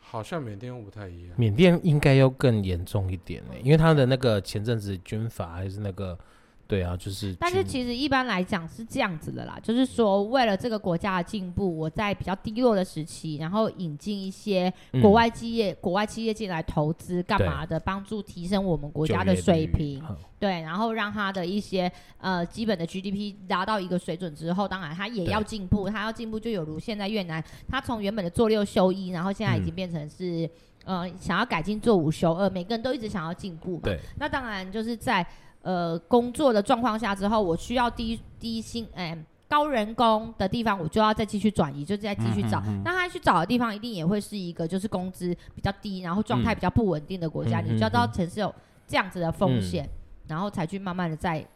S3: 好像缅甸不太一样。
S2: 缅甸应该要更严重一点呢、因为他的那个前阵子军阀还是那个，对啊，就是军。
S1: 但是其实一般来讲是这样子的啦，就是说为了这个国家的进步，我在比较低落的时期，然后引进一些
S2: 嗯
S1: 国外企业、国外企业进来投资干嘛的，帮助提升我们国家的水平，
S2: 好
S1: 对，然后让它的一些呃基本的 GDP 达到一个水准之后，当然它也
S2: 对
S1: 要进步，它要进步就有如现在越南，它从原本的做六休一，然后现在已
S2: 嗯
S1: 经变成是。呃，想要改进做五休二，每个人都一直想要进步嘛。
S2: 对，
S1: 那当然就是在呃工作的状况下之后，我需要低低薪，哎、高人工的地方，我就要再继续转移，就再继续找。
S2: 嗯
S1: 那他去找的地方，一定也会是一个就是工资比较低，然后状态比较不稳定的国家，
S2: 嗯
S1: 你就要知道城市有这样子的风险，然后才去慢慢的再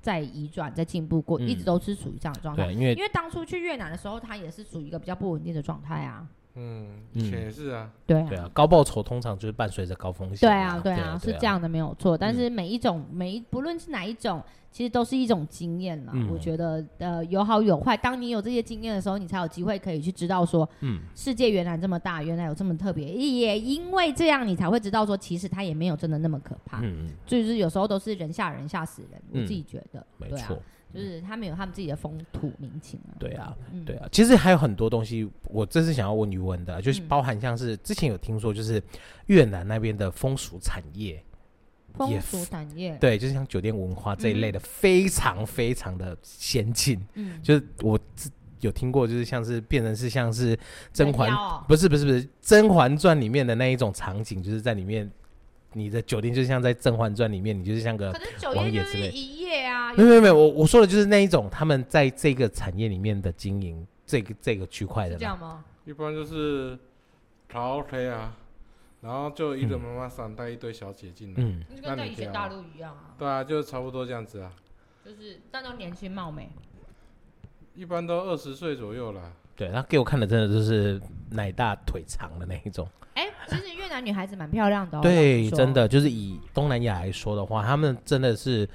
S1: 再移转、再进步过，
S2: 嗯
S1: 一直都是属于这样的状态。
S2: 对，啊因为
S1: 因为当初去越南的时候，他也是属于一个比较不稳定的状态啊，
S3: 嗯，
S2: 嗯
S3: 以前也是啊，
S1: 对啊
S2: 对。啊，高报酬通常就是伴随着高风险。
S1: 对啊，对
S2: 对
S1: 啊，是
S2: 对嗯
S1: 这样的，没有错。但是每一种、每一不论是哪一种，其实都是一种经验啦。
S2: 嗯
S1: 我觉得呃有好有坏。当你有这些经验的时候，你才有机会可以去知道说，
S2: 嗯，
S1: 世界原来这么大，原来有这么特别。也因为这样，你才会知道说，其实它也没有真的那么可怕。
S2: 嗯，嗯
S1: 就是有时候都是人吓人吓死人，我
S2: 嗯
S1: 自己觉得。
S2: 没
S1: 对啊
S2: 错，，嗯
S1: 就是他们有他们自己的风土民情啊。
S2: 对啊，
S1: 嗯
S2: 对啊，其实还有很多东西，我这次想要问余文的，啊就是
S1: 嗯
S2: 包含像是之前有听说，就是越南那边的风俗产业，
S1: 风
S2: 也
S1: 俗产业，
S2: 对，就是像酒店文化这一类的，非常非常的先进。
S1: 嗯，
S2: 就是我自有听过，就是像是变成是像是《甄嬛
S1: 人妖》哦
S2: 不是不是不是《甄嬛传》里面的那一种场景，就是在里面你的酒店就像在《甄嬛传》里面，你就是像个
S5: 可是九
S2: 呃王
S5: 月
S2: 爷
S5: 就
S2: 之
S5: 是
S2: 类嗯
S5: 一夜啊，
S2: 没有没有没有，我我说的就是那一种他们在这个产业里面的经营这个这个区块
S1: 是
S2: 的
S1: 这
S2: 啦。
S1: 样吗？
S3: 一般就是卡拉 OK 啊，然后就一个妈妈桑带一堆小姐进来，
S2: 嗯，
S1: 就
S3: 跟
S1: 跟
S3: 在
S1: 在
S3: 以
S1: 以
S3: 前
S1: 前
S3: 大
S1: 大
S3: 陆
S1: 陆一样啊，
S3: 对啊，就差不多这样子啊，
S1: 就是但都年轻貌美。
S3: 一般都二十岁左右啦。
S2: 对，他给我看的真的就是奶大腿长的那一种。
S1: 哎、其实越南女孩子蛮漂亮的、哦。老
S2: 对，
S1: 实说
S2: 真。的就是以东南亚来说的话，他们真的是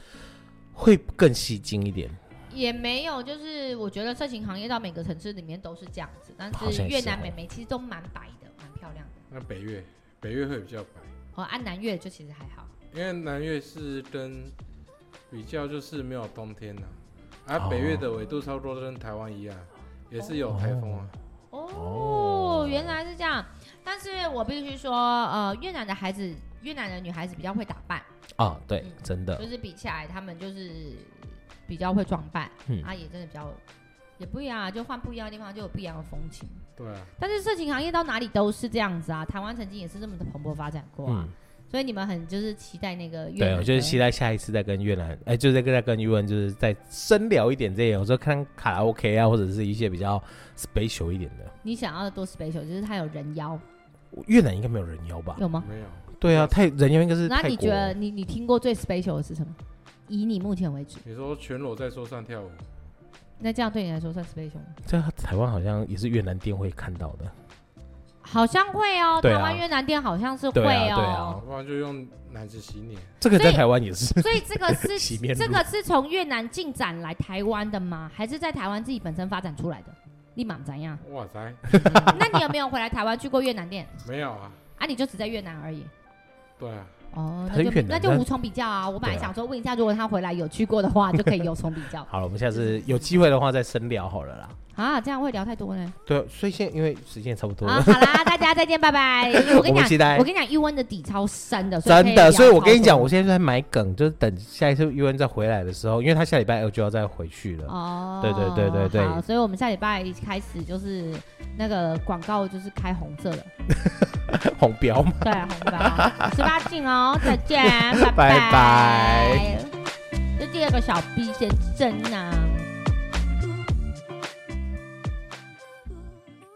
S2: 会更吸睛一点。
S1: 也没有，就是我觉得色情行业到每个城市里面都是这样子，但
S2: 好
S1: 是
S2: 像也
S1: 越
S2: 是
S1: 南
S2: 哦
S1: 美眉其实都蛮白的，蛮漂亮的。
S3: 那北越，北越会比较白，
S1: 哦，按南越就其实还好。
S3: 因为南越是跟比较就是没有冬天呐、而、
S2: 哦
S3: 北越的纬度差不多跟台湾一样，也是有台风啊。
S1: 哦，原来是这样。但是我必须说，呃，越南的孩子，越南的女孩子比较会打扮，
S2: 啊，对
S1: 嗯，
S2: 真的，
S1: 就是比起来，她们就是比较会装扮，
S2: 嗯
S1: 啊，也真的比较也不一样啊，就换不一样的地方就有不一样的风情。
S3: 对啊，
S1: 但是色情行业到哪里都是这样子啊，台湾曾经也是这么的蓬勃发展过啊。
S2: 嗯，
S1: 所以你们很就是期待那个越
S2: 对，
S1: 南
S2: 我
S1: 的
S2: 就是期待下一次再跟越南，哎、就是再跟再跟余文，就是再深聊一点这些，我说看卡拉 OK 啊，或者是一些比较 special 一点的。
S1: 你想要的多 special，就是它有人妖，
S2: 越南应该没有人妖吧？
S1: 有吗？
S3: 没有。
S2: 对啊，泰人妖应该啊是
S1: 那
S2: 泰
S1: 你
S2: 国
S1: 觉。得你你听过最 special 的是什么？以你目前为止，
S3: 你说全裸在桌上跳舞，
S1: 那这样对你来说算 special 吗？
S2: 在台湾好像也是越南店会看到的。
S1: 好像会哦，
S2: 对
S1: 台
S2: 啊
S1: 湾越南店好像是会
S2: 对啊对
S1: 哦
S2: 啊。
S3: 不然就用奶子洗脸。
S2: 这个在
S1: 所以
S2: 台湾也是，
S1: 所以这个是
S2: 洗面乳
S1: 这个是从越南进展来台湾的吗？还是在台湾自己本身发展出来的？立马怎 样？
S3: 哇塞，
S1: 那你有没有回来台湾去过越南店
S3: 没有啊，
S1: 啊？你就只在越南而已。
S3: 对啊，
S1: 哦，那
S2: 很
S1: 就
S2: 远的
S1: 那就
S2: 那
S1: 无从比较啊。我本来
S2: 对啊
S1: 想说问一下，如果他回来有去过的话，就可以有从比 较
S2: 好了，我们下次有机会的话再深聊好了啦。
S1: 啊。这样会聊太多呢。
S2: 对，啊所以现在因为时间也差不多了，
S1: 啊，好啦，大家再见，拜 拜。我跟
S2: 我
S1: 你
S2: 们
S1: 讲，
S2: 期待
S1: 我跟你讲，一温的底超深的，所以可
S2: 真
S1: 以聊
S2: 的，所以我跟你
S1: 超
S2: 讲，
S1: 多
S2: 我现在就在买梗，就是等下一次 U N 再回来的时候，因为他下礼拜二就要再回去 了。
S1: 哦，
S2: 对对对对对
S1: 好，所以我们下礼拜开始就是那个广告就是开红色的，
S2: 红标嘛，
S1: 对，啊红包，十八禁哦，再见，拜
S2: 拜拜
S1: 这第二个小 B 先生啊。